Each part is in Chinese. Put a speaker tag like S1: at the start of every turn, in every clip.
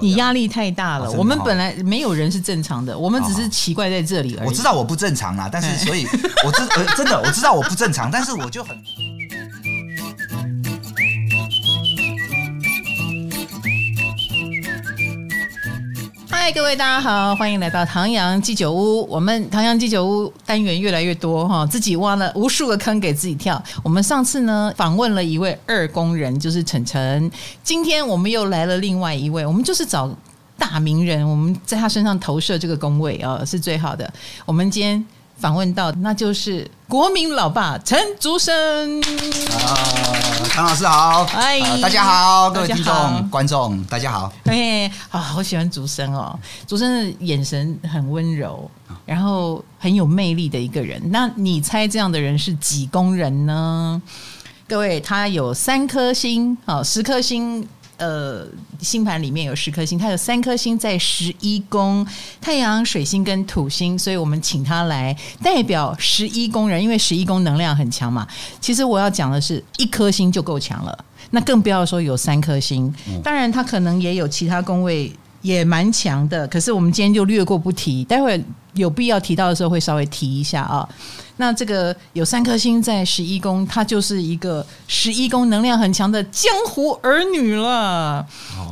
S1: 你压力太大
S2: 哦
S1: 了。
S2: 真的
S1: 我们
S2: 哦
S1: 本来没有人是正常的，我们只是奇怪在这里而已。
S2: 我知道我不正常啦，但是所以我知呃真的我知道我不正常，但是我就很
S1: 嗨，各位大家好，欢迎来到唐阳鸡酒屋。我们唐阳鸡酒屋单元越来越多哈，自己挖了无数个坑给自己跳。我们上次呢访问了一位二工人，就是晨晨。今天我们又来了另外一位，我们就是找大名人，我们在他身上投射这个工位啊、呃是最好的。我们今天访问到那就是国民老爸陈竹生。
S2: 呃唐老师好，
S1: 哎
S2: 呃大家好，各位
S1: 大
S2: 听
S1: 家好
S2: 众观众大家好，
S1: 哎，啊，好喜欢竹生哦，竹生的眼神很温柔，然后很有魅力的一个人。那你猜这样的人是几宫人呢？各位，他有三颗星，好、十颗星。呃，星盘里面有十颗星，他有三颗星在十一宫，太阳、水星跟土星，所以我们请他来代表十一宫人，因为十一宫能量很强嘛。其实我要讲的是，一颗星就够强了，那更不要说有三颗星。当然，他可能也有其他宫位也蛮强的，可是我们今天就略过不提，待会儿有必要提到的时候会稍微提一下啊。那这个有三颗星在十一宫，她就是一个十一宫能量很强的江湖儿女了。
S2: 哦，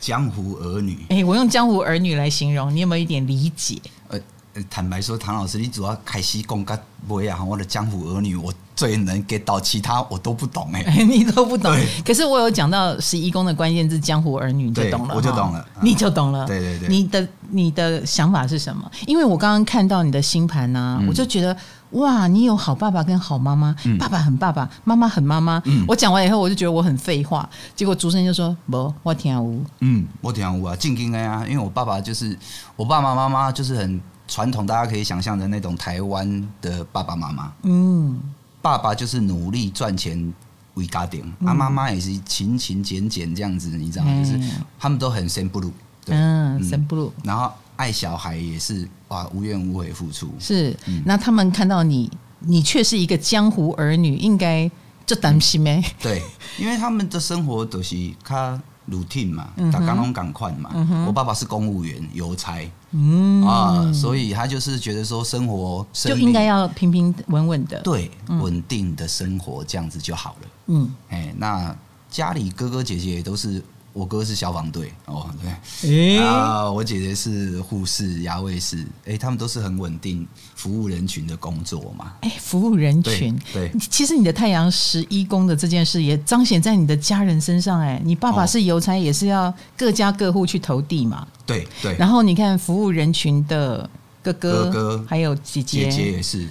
S2: 江湖儿女，
S1: 哎、我用江湖儿女来形容，你有没有一点理解？
S2: 呃，呃坦白说，唐老师，你主要开西贡跟不啊，我的江湖儿女，我最能 get 到，其他我都不懂哎、
S1: 你都不懂
S2: 对，
S1: 可是我有讲到十一宫的关键字“江湖儿女”，你就
S2: 对
S1: 懂了哈，
S2: 我就懂了嗯
S1: 你就懂了，
S2: 对对对
S1: 你的你的想法是什么？因为我刚刚看到你的星盘呐、
S2: 嗯
S1: 我就觉得哇，你有好爸爸跟好妈妈，爸爸很爸爸，妈妈很妈妈。
S2: 嗯
S1: 我讲完以后，我就觉得我很废话，结果竹生就说：“不，我听无。
S2: 嗯，我讲我啊，静静的呀，因为我爸爸就是我爸爸妈妈就是很传统，大家可以想象的那种台湾的爸爸妈妈。”
S1: 嗯，
S2: 爸爸就是努力赚钱为家庭，啊，妈妈也是勤勤俭俭这样子，你知道吗？
S1: 嗯
S2: 就是他们都很深不入，对，
S1: 嗯，神不入。
S2: 然后爱小孩也是哇，无怨无悔付出。
S1: 是，
S2: 嗯
S1: 那他们看到你，你却是一个江湖儿女，应该就担心呗。
S2: 对，因为他们的生活都是他 routine 嘛，
S1: 嗯
S2: 打
S1: 哼
S2: 刚拢赶快嘛。我爸爸是公务员，邮差、
S1: 嗯
S2: 啊，所以他就是觉得说生活生
S1: 就
S2: 命
S1: 应该要嗯平平稳稳的。
S2: 对稳定的生活这样子就好了。
S1: 嗯，
S2: 哎、那家里哥哥姐姐也都是，我哥是消防队哦，对。
S1: 诶、
S2: 啊，我姐姐是护士、牙卫士，哎、他们都是很稳定服务人群的工作嘛。
S1: 哎、服务人
S2: 对
S1: 群。
S2: 对
S1: 你其实你的太阳十一宫的这件事也彰显在你的家人身上、哎，你爸爸
S2: 哦
S1: 是邮差，也是要各家各户去投递嘛。
S2: 对对，
S1: 然后你看服务人群的哥哥、
S2: 哥哥
S1: 还有姐姐，
S2: 姐姐也是，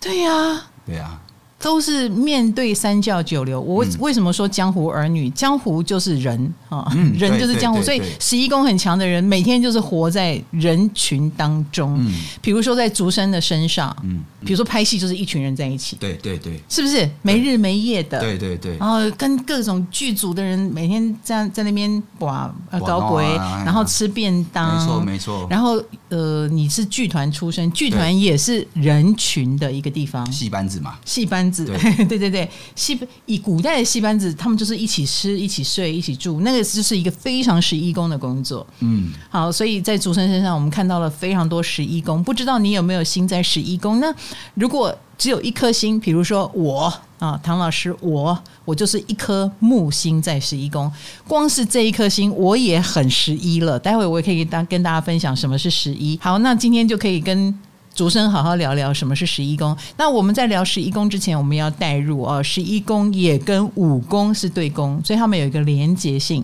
S1: 对呀、
S2: 对啊，
S1: 都是面对三教九流。我为什么说江湖儿女？江湖就是人啊，
S2: 嗯
S1: 人就是江湖。所
S2: 对对
S1: 以
S2: 对
S1: 十一宫很强的人，每天就是活在人群当中。
S2: 嗯
S1: 比如说在竹生的身上，
S2: 嗯，
S1: 比如说拍戏就是一群人在一起，
S2: 对对对
S1: 是不是没日没夜的？
S2: 对对对
S1: 然后跟各种剧组的人每天在在那边哇呃
S2: 哇
S1: 搞鬼，
S2: 弄啊
S1: 然后吃便当，
S2: 没错没错
S1: 然后呃，你是剧团出身，剧团也是人群的一个地方，
S2: 戏班子嘛，
S1: 戏班子，对
S2: 对
S1: 对对戏以古代的戏班子，他们就是一起吃、一起睡、一起住，那个就是一个非常十一宫的工作。
S2: 嗯，
S1: 好，所以在竹生身上，我们看到了非常多十一宫，不知道你有没有星在十一宫？那如果只有一颗星，比如说我啊，唐老师，我我就是一颗木星在十一宫，光是这一颗星我也很十一了。待会我也可以当跟大家分享什么是十一。好，那今天就可以跟。竹生好好聊聊什么是十一宫。那我们在聊十一宫之前，我们要带入哦，十一宫也跟五宫是对宫，所以他们有一个连结性。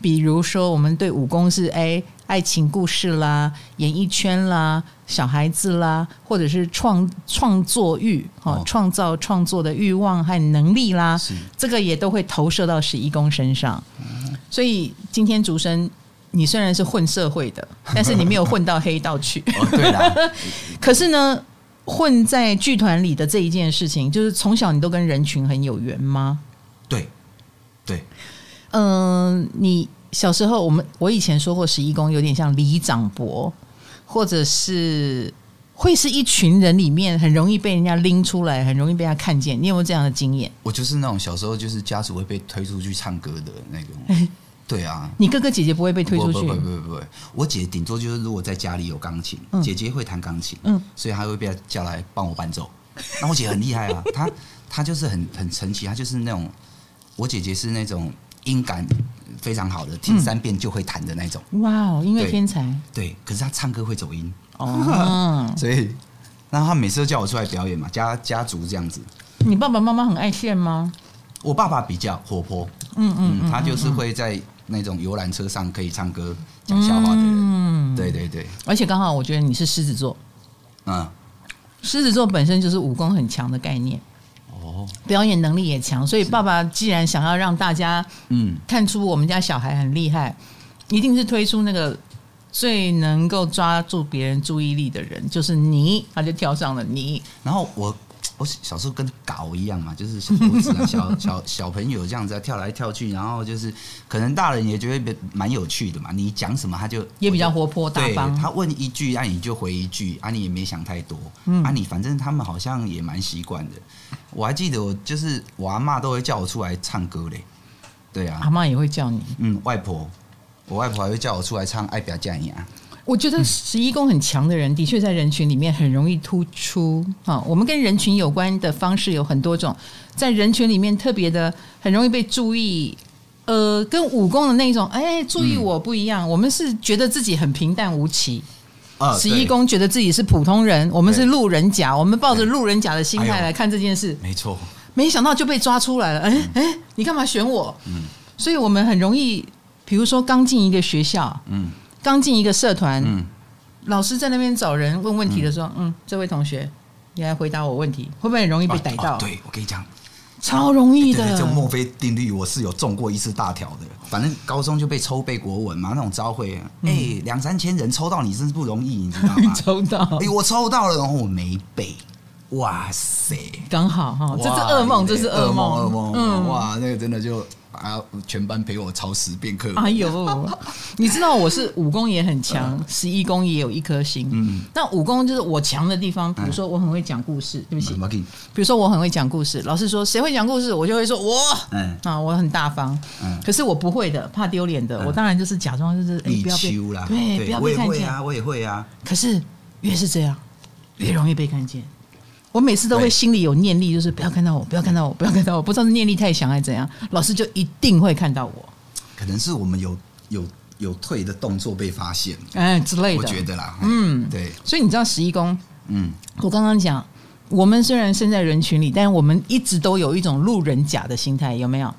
S1: 比如说，我们对武功是哎爱情故事啦、演艺圈啦、小孩子啦，或者是创创作欲哦
S2: 哦，
S1: 创造创作的欲望和能力啦，
S2: 是
S1: 这个也都会投射到十一宫身上。所以今天竹生，你虽然是混社会的，但是你没有混到黑道去。
S2: 哦，对啦，
S1: 可是呢，混在剧团里的这一件事情，就是从小你都跟人群很有缘吗？
S2: 对对，
S1: 嗯，你小时候，我们我以前说过，十一宫有点像里长伯，或者是会是一群人里面很容易被人家拎出来，很容易被他看见。你有没有这样的经验？
S2: 我就是那种小时候就是家属会被推出去唱歌的那种，对啊，
S1: 你哥哥姐姐不会被推出去
S2: 不不不不不不，我姐顶多就是如果在家里有钢琴，
S1: 嗯
S2: 姐姐会弹钢琴，
S1: 嗯
S2: 所以她会被叫来帮我伴奏。那我姐很厉害啊，她她就是很很神奇，她就是那种我姐姐是那种音感非常好的，
S1: 嗯
S2: 听三遍就会弹的那种。
S1: 哇哦，音乐
S2: 对
S1: 天才
S2: 对，可是她唱歌会走音，！
S1: 哦
S2: 所以那她每次都叫我出来表演嘛，家家族这样子。
S1: 你爸爸妈妈很爱炫吗？
S2: 我爸爸比较活泼，
S1: 嗯嗯
S2: 嗯，他就是会在那种游览车上可以唱歌、讲笑话的人。
S1: 嗯，
S2: 对对对，
S1: 而且刚好我觉得你是狮子座，
S2: 嗯，
S1: 狮子座本身就是武功很强的概念，
S2: 哦，
S1: 表演能力也强，所以爸爸既然想要让大家
S2: 嗯，
S1: 看出我们家小孩很厉害，一定是推出那个最能够抓住别人注意力的人，就是你，他就挑上了你。
S2: 然后我我小时候跟搞一样嘛，就是小猴子啊，小小小朋友这样子、啊、跳来跳去，然后就是可能大人也觉得蛮有趣的嘛，你讲什么他就
S1: 也比较活泼大
S2: 对，
S1: 方
S2: 他问一句，啊你就回一句，啊你也没想太多，
S1: 嗯
S2: 啊你反正他们好像也蛮习惯的。我还记得我就是我阿妈都会叫我出来唱歌嘞，对啊，
S1: 阿妈也会叫你。
S2: 嗯，外婆，我外婆还会叫我出来唱《爱表嫁你》啊。
S1: 我觉得十一宫很强的人，的确在人群里面很容易突出啊。我们跟人群有关的方式有很多种，在人群里面特别的很容易被注意。呃，跟武功的那一种，哎、注
S2: 嗯
S1: 意我不一样。我们是觉得自己很平淡无奇，
S2: 啊
S1: 十一，宫觉得自己是普通人，我们是
S2: 对
S1: 路人甲，我们抱着路人甲的心
S2: 哎
S1: 态
S2: 呦
S1: 来看这件事，
S2: 没错，
S1: 没想到就被抓出来了。哎、
S2: 嗯
S1: 哎、你干嘛选我？所以我们很容易，比如说刚进一个学校，
S2: 嗯
S1: 刚进一个社团，
S2: 嗯，
S1: 老师在那边找人问问题的时候，嗯这位同学，你来回答我问题，会不会很容易被逮到？
S2: 哦对，我跟你讲，
S1: 超容易
S2: 对
S1: 的。
S2: 对，这墨菲定律我是有中过一次大条的。反正高中就被抽背国文嘛，那种招会，
S1: 嗯
S2: 哎，两三千人抽到你真是不容易，你知 道吗？
S1: 抽到
S2: 哎，我抽到了，然后我没背，哇塞！
S1: 刚好哈，哦这是
S2: 哇
S1: 噩梦，这是
S2: 噩
S1: 梦，嗯
S2: 噩梦，哇，那个真的就啊，全班陪我抄十遍课文，
S1: 哎呦，你知道我是武功也很强，十一宫也有一颗星。嗯
S2: 嗯，
S1: 那武功就是我强的地方，比如说我很会讲故事，对不起，
S2: 什么给？
S1: 比如说我很会讲故事，老师说谁会讲故事，我就会说我
S2: 嗯
S1: 啊，我很大方。
S2: 嗯，
S1: 可是我不会的，怕丢脸的，我当然就是假装就是哎
S2: 立
S1: 不要被
S2: 秋啦，
S1: 对，不要
S2: 我
S1: 被
S2: 也
S1: 看
S2: 会
S1: 见。
S2: 啊，我也会啊，
S1: 可是越是这样，越容易被看见。我每次都会
S2: 对
S1: 心里有念力，就是不要看到我，不要看到我，不要看到我，不知道是念力太强还是怎样，老师就一定会看到我，
S2: 可能是我们有有有退的动作被发现，
S1: 哎之类的。
S2: 我觉得啦，
S1: 嗯
S2: 嗯，对，
S1: 所以你知道十一宫，
S2: 嗯，
S1: 我刚刚讲，我们虽然身在人群里，但是我们一直都有一种路人甲的心态，有没有？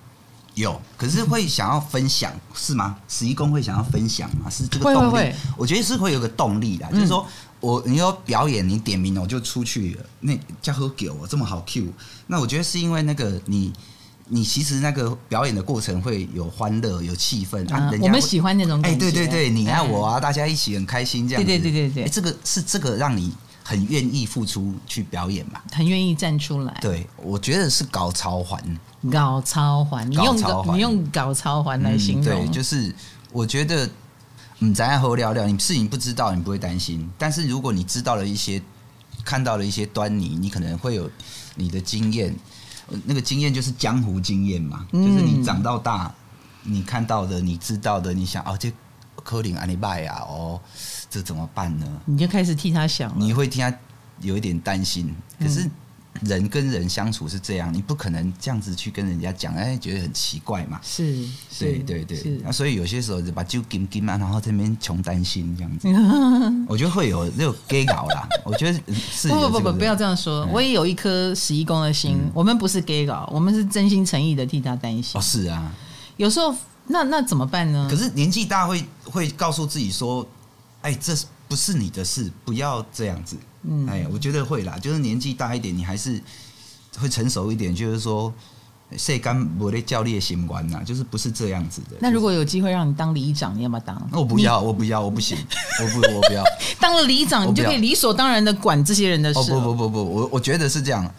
S2: 有，可是会想要分享是吗？十一宫会想要分享吗？是这个
S1: 会
S2: 动力，
S1: 会会嗯
S2: 我觉得是会有个动力啦，就是说我你要表演，你点名我就出去了，那叫喝酒哦，这么好 Q，那我觉得是因为那个你。你其实那个表演的过程会有欢乐、有气氛，啊，
S1: 啊
S2: 人家
S1: 我们
S2: 会
S1: 喜欢那种感
S2: 哎、
S1: 觉。
S2: 对对对，你爱我啊，大家一起很开心这样子。
S1: 对对对对对
S2: 哎这个是这个让你很愿意付出去表演嘛？
S1: 哎，很愿意站出来。
S2: 对，我觉得是搞潮环
S1: 搞超环，你
S2: 搞
S1: 用
S2: 超
S1: 搞
S2: 环
S1: 你用搞超环来形容，
S2: 嗯对，就是我觉得，嗯，咱爱后聊聊，你事情不知道，你不会担心，但是如果你知道了一些，看到了一些端倪，你可能会有你的经验，呃那个经验就是江湖经验嘛，就是
S1: 嗯
S2: 你长到大，你看到的，你知道的，你想哦，这柯林安利拜啊，哦，这怎么办呢？
S1: 你就开始替他想了。
S2: 你会替他有一点担心。可是
S1: 嗯
S2: 人跟人相处是这样，你不可能这样子去跟人家讲，哎，觉得很奇怪嘛。
S1: 是，是
S2: 对对对，
S1: 是
S2: 那、啊所以有些时候就把酒金金啊，然后这边穷担心这样子， 我觉得会有这种 gay 搞啦。我觉得是
S1: 不
S2: 有
S1: 不
S2: 这
S1: 不
S2: 个哎嗯
S1: 不，不要这样说。我也有一颗十一宫的心，我们不是 gay 搞，我们是真心诚意的替他担心
S2: 哦，。是啊。
S1: 有时候，那那怎么办呢
S2: 可？是年纪大会会告诉自己说，哎，这是不是你的事，不要这样子。
S1: 嗯
S2: 哎，我觉得会啦，就是年纪大一点，你还是会成熟一点，就是说。谁敢我的教练心观呐，就是不是这样子的。
S1: 那如果有机会让你当里长，你要不要当？
S2: 我不要，我不要，我 不行，我不，我不要。
S1: 你当了里长，
S2: 我
S1: 你
S2: 不
S1: 就
S2: 要
S1: 可以理所当然的管这些人的事
S2: 哦
S1: 了。
S2: 不不不不，我我觉得是这样。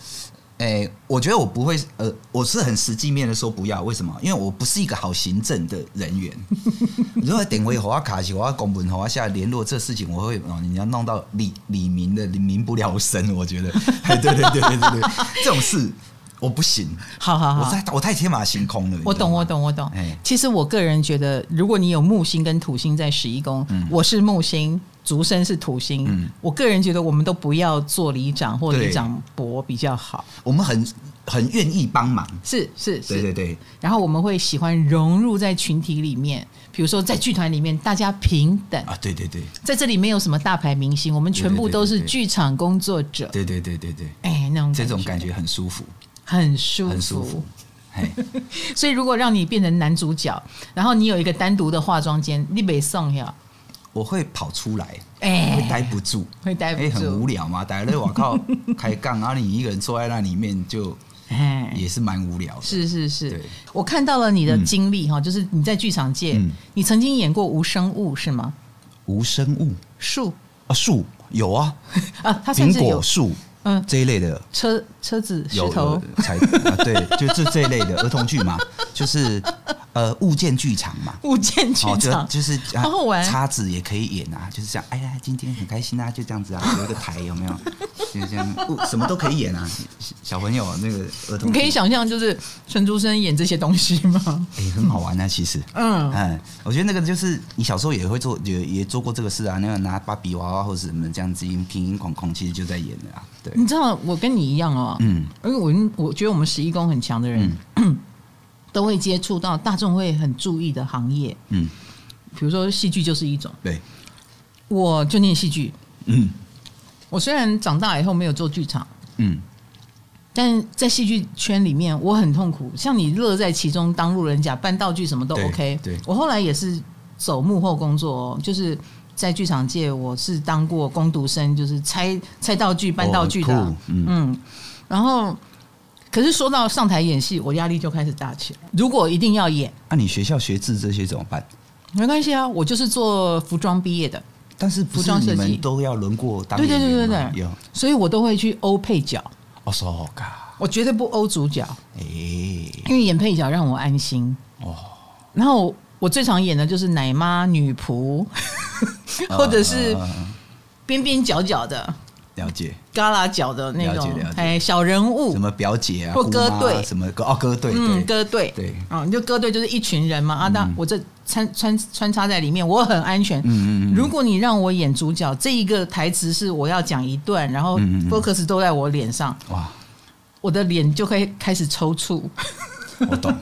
S2: 哎、我觉得我不会，呃，我是很实际面的说不要，为什么？因为我不是一个好行政的人员。如果点回我要卡起，我要公文，我要下联络这事情，我会哦，你要弄到李李明的民不聊生，我觉得。哎对对对对对对，这种事我不行，
S1: 好好
S2: 我
S1: 好，
S2: 太我太天马行空了。你
S1: 我
S2: 知道
S1: 懂，
S2: 吗
S1: 我。懂，我懂
S2: 哎。
S1: 其实我个人觉得，如果你有木星跟土星在十一宫，
S2: 嗯
S1: 我是木星，竹生是土星。
S2: 嗯
S1: 我个人觉得，我们都不要做里长或
S2: 对
S1: 里长伯比较好。
S2: 我们很很愿意帮忙。
S1: 是是
S2: 对
S1: 是。
S2: 对对，
S1: 然后我们会喜欢融入在群体里面，比如说在剧团里面，大家平等。
S2: 啊，对对对，
S1: 在这里没有什么大牌明星，我们全部
S2: 对对对
S1: 都是
S2: 对对
S1: 剧场工作者。
S2: 对对对对对，
S1: 哎，那种
S2: 这种感觉很舒服，
S1: 很舒服，
S2: 很舒服。嘿，
S1: 所以如果让你变成男主角，然后你有一个单独的化妆间，你北送呀，
S2: 我会跑出来，会
S1: 哎，
S2: 待不住。
S1: 会待
S2: 哎，
S1: 不
S2: 很
S1: 住
S2: 无，聊嘛，待在我靠开杠，啊，你一个人坐在那里面就
S1: 哎、
S2: 也是蛮无聊的。
S1: 是是是
S2: 对，
S1: 我看到了你的经历哈、就是你在剧场界，
S2: 嗯
S1: 你曾经演过无生物是吗？
S2: 无生物
S1: 树
S2: 啊，树有啊，
S1: 啊，它算
S2: 苹
S1: 是有
S2: 果树
S1: 嗯
S2: 这一类的
S1: 车车子石
S2: 有
S1: 头
S2: 有才啊，对，就这这一类的儿 童剧嘛，就是呃物件剧场嘛。
S1: 物件剧
S2: 哦，就
S1: 场，
S2: 就是啊
S1: 好好玩
S2: 叉子也可以演啊，就是这样。哎呀，今天很开心啊，就这样子啊，有一个台有没有？就是这样，物什么都可以演啊。小小朋友那个儿童，
S1: 你可以，想象就是陈竹生演这些东西吗？
S2: 哎、很好玩啊，其实。
S1: 嗯，
S2: 嗯，我觉得那个就是你小时候也会做，也也做过这个事啊，那个拿芭比娃娃或者什么这样子，乒乒乓乓，其实就在演的啊。对，
S1: 你知道我跟你一样哦，
S2: 嗯，
S1: 因为我们我觉得我们十一宫很强的人，都会接触到大众会很注意的行业，
S2: 嗯，
S1: 比如说戏剧就是一种。
S2: 对，
S1: 我就念戏剧，
S2: 嗯
S1: 我虽然长大以后没有做剧场，
S2: 嗯，
S1: 但在戏剧圈里面我很痛苦。像你乐在其中，当路人甲、搬道具什么都
S2: 对
S1: OK。
S2: 对
S1: 我后来也是走幕后工作哦，就是。在剧场界，我是当过工读生，就是拆拆道具、搬道具的。
S2: 哦很酷嗯
S1: 嗯，然后可是说到上台演戏，我压力就开始大起来。如果一定要演，
S2: 那、啊你学校学制这些怎么办？
S1: 没关系啊，我就是做服装毕业的，
S2: 但是不
S1: 服
S2: 是
S1: 装
S2: 你
S1: 设计
S2: 们都要轮过当
S1: 对对
S2: 演员
S1: 对对
S2: 吗
S1: 对
S2: 有，
S1: 所以我都会去欧配角，
S2: 哦，so 嘎，
S1: 我绝对不欧主角，
S2: 哎，
S1: 因为演配角让我安心。
S2: 哦，
S1: 然后我最常演的就是奶妈、女 仆， 或者是
S2: 嗯嗯嗯
S1: 边边角角的、
S2: 嗯了解
S1: 旮旯角的那种
S2: 了解了，解
S1: 哎，小人物
S2: 什。么表姐啊，
S1: 或
S2: 姑妈啊
S1: 歌队
S2: 什么歌哦，歌队，
S1: 嗯，
S2: 对
S1: 歌队
S2: 对嗯
S1: 啊，你就歌队就是一群人嘛。啊，当我这穿穿穿插在里面，我很安全。
S2: 嗯嗯嗯
S1: 如果你让我演主角，这一个台词是我要讲一段，然后
S2: 嗯嗯嗯
S1: focus 都在我脸上，
S2: 哇，
S1: 我的脸就会开始抽搐。
S2: 我懂，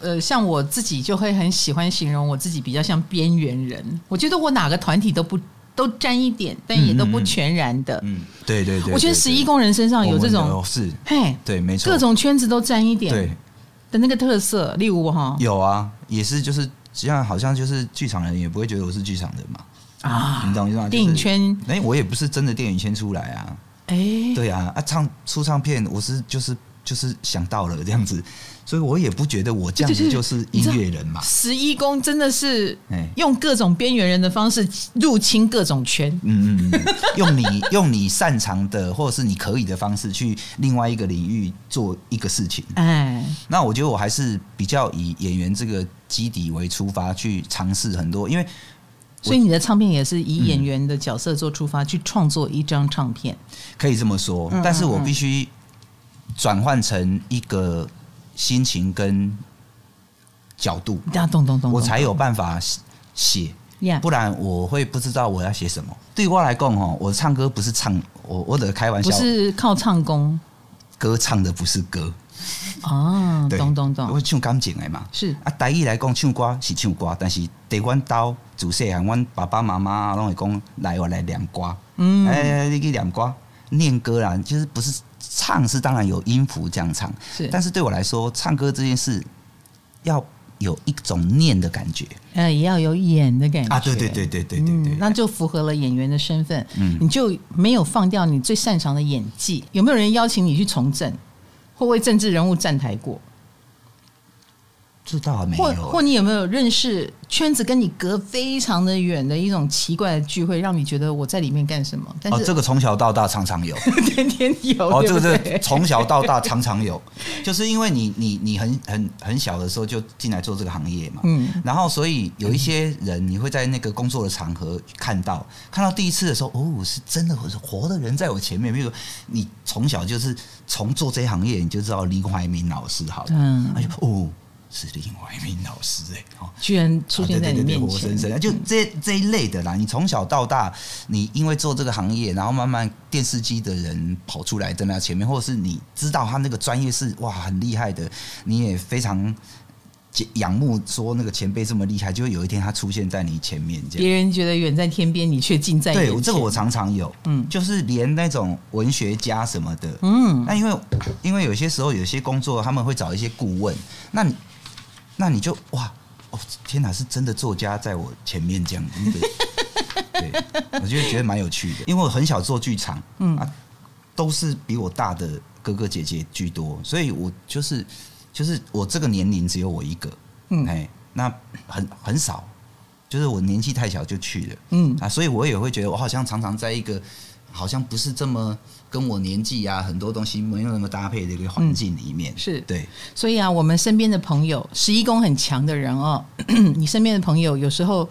S1: 呃，像我自己就会很喜欢形容我自己比较像边缘人。我觉得我哪个团体都不都沾一点，但也都不全然的。
S2: 嗯，对对 对
S1: 我觉得
S2: 对
S1: 十一
S2: 对
S1: 宫人身上有这
S2: 我们
S1: 种
S2: 的哦是，
S1: 嘿，
S2: 对，没错，
S1: 各种圈子都沾一点
S2: 对，
S1: 的那个特色。例如我哈
S2: 有啊，也是就是像好像就是剧场人也不会觉得我是剧场人嘛，
S1: 啊，
S2: 你懂你懂吗？
S1: 电影圈
S2: 就是，哎、我也不是真的电影圈出来 啊，
S1: 哎、
S2: 对啊，啊唱出唱片我是就是就是想到了这样子，所以我也不觉得我这样
S1: 对
S2: 子
S1: 对对
S2: 就是音乐人嘛，
S1: 十一宫真的是
S2: 哎
S1: 用各种边缘人的方式入侵各种圈。
S2: 嗯嗯嗯，用你 用你擅长的或者是你可以的方式去另外一个领域做一个事情，
S1: 哎，
S2: 那我觉得我还是比较以演员这个基底为出发去尝试很多，因为
S1: 所以你的唱片也是以演员的角色做出发，去创作一张唱片。
S2: 可以这么说，
S1: 嗯
S2: 但是我必须转换成一个心情跟角度，
S1: 大家咚咚咚，
S2: 我才有办法写，
S1: 呀
S2: 不然我会不知道我要写什么。对我来讲，哦，我唱歌不是唱，我我只是开玩笑
S1: 不，是靠唱功
S2: 歌唱的不是歌，
S1: 啊，
S2: 对，
S1: 懂懂懂
S2: 我，唱感情的嘛。
S1: 是
S2: 啊，台语来讲，唱歌是唱歌，但是对阮兜自细汉，阮爸爸妈妈拢会讲来我来念歌，
S1: 嗯
S2: 哎、你去念歌，念歌啦，就是不是唱是当然有音符这样唱，
S1: 是，
S2: 但是对我来说，唱歌这件事要有一种念的感觉
S1: 呃，也要有演的感觉
S2: 啊，对对对对对对对，
S1: 嗯，那就符合了演员的身份，
S2: 嗯
S1: 你就没有放掉你最擅长的演技。有没有人邀请你去从政，或为政治人物站台过？
S2: 这倒还没有
S1: 或
S2: 欸、
S1: 或你有没有认识圈子跟你隔非常的远的一种奇怪的聚会，让你觉得我在里面干什么？但
S2: 哦，
S1: 是
S2: 这个从小到大常 常有。
S1: 天天有，
S2: 哦，这
S1: 对不
S2: 个这
S1: 对
S2: 个？从小到大常常有，就是因为你你你很很很小的时候就进来做这个行业嘛，
S1: 嗯，
S2: 然后所以有一些人你会在那个工作的场合看到，看到第一次的时候，哦，是真的，我是活的人在我前面。比如你从小就是从做这一行业，你就知道林怀民老师好了，
S1: 嗯
S2: 他就哦是林怀民老师哎、哦。
S1: 居然出现在你面
S2: 啊对对对活
S1: 前
S2: 生，生的，就这这一类的啦。你从小到大，你因为做这个行业，然后慢慢电视机的人跑出来站在前面，或者是你知道他那个专业是哇很厉害的，你也非常仰慕，说那个前辈这么厉害，就会有一天他出现在你前面这样。
S1: 别人觉得远在天边，你却近在眼
S2: 对，
S1: 前。
S2: 这个我常常有，
S1: 嗯
S2: 就是连那种文学家什么的，
S1: 嗯
S2: 那因为因为有些时候有些工作他们会找一些顾问，那你那你就哇哦天哪，是真的作家在我前面这样，那个对， 我就觉得蛮有趣的，因为我很小做剧场，
S1: 嗯
S2: 啊，都是比我大的哥哥姐姐居多，所以我就是就是我这个年龄只有我一个，
S1: 嗯
S2: 哎，那很很少，就是我年纪太小就去了。
S1: 嗯
S2: 啊，所以我也会觉得我好像常常在一个好像不是这么跟我年纪啊很多东西没有那么搭配的一个环境里面，
S1: 嗯是
S2: 对，
S1: 所以啊，我们身边的朋友，十一宫很强的人哦，你身边的朋友有时候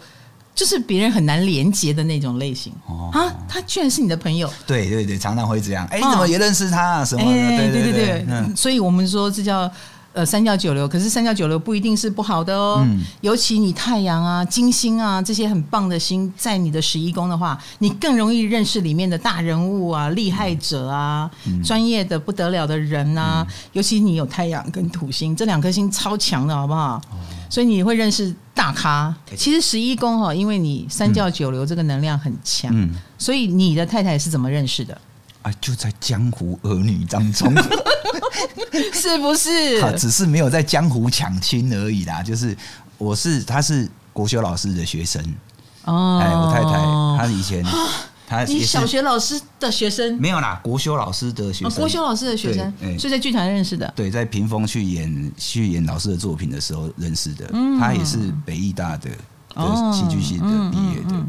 S1: 就是别人很难连接的那种类型、
S2: 哦
S1: 啊，他居然是你的朋友，
S2: 对对对，常常会这样。哎、
S1: 哦哎
S2: 你怎么也认识他、啊、什么的？对
S1: 对
S2: 对
S1: 对，
S2: 嗯，
S1: 所以我们说这叫。呃，三教九流，可是三教九流不一定是不好的哦。
S2: 嗯
S1: 尤其你太阳啊、金星啊这些很棒的星，在你的十一宫的话，你更容易认识里面的大人物啊、厉害者啊、
S2: 嗯
S1: 专业的不得了的人啊。尤其你有太阳跟土星这两颗星超强的，好不好？
S2: 哦
S1: 所以你会认识大咖。其实十一宫哈，因为你三教九流这个能量很强，
S2: 嗯，
S1: 所以你的太太是怎么认 识的？
S2: 啊，就在江湖儿女当中，
S1: 是不是？
S2: 啊只是没有在江湖抢亲而已啦。就是我是他是国修老师的学生，
S1: 哦，啊
S2: 哎、我太太她以前她
S1: 你
S2: 也是
S1: 小学老师的学生，
S2: 没有啦，国修老师的学
S1: 啊，
S2: 生，
S1: 郭修老师的学生，
S2: 对哎
S1: 所以在剧团认识的。
S2: 对，在屏风去演去演老师的作品的时候认识的，他也是北艺大的
S1: 嗯哦嗯
S2: 的戏剧系的毕业的，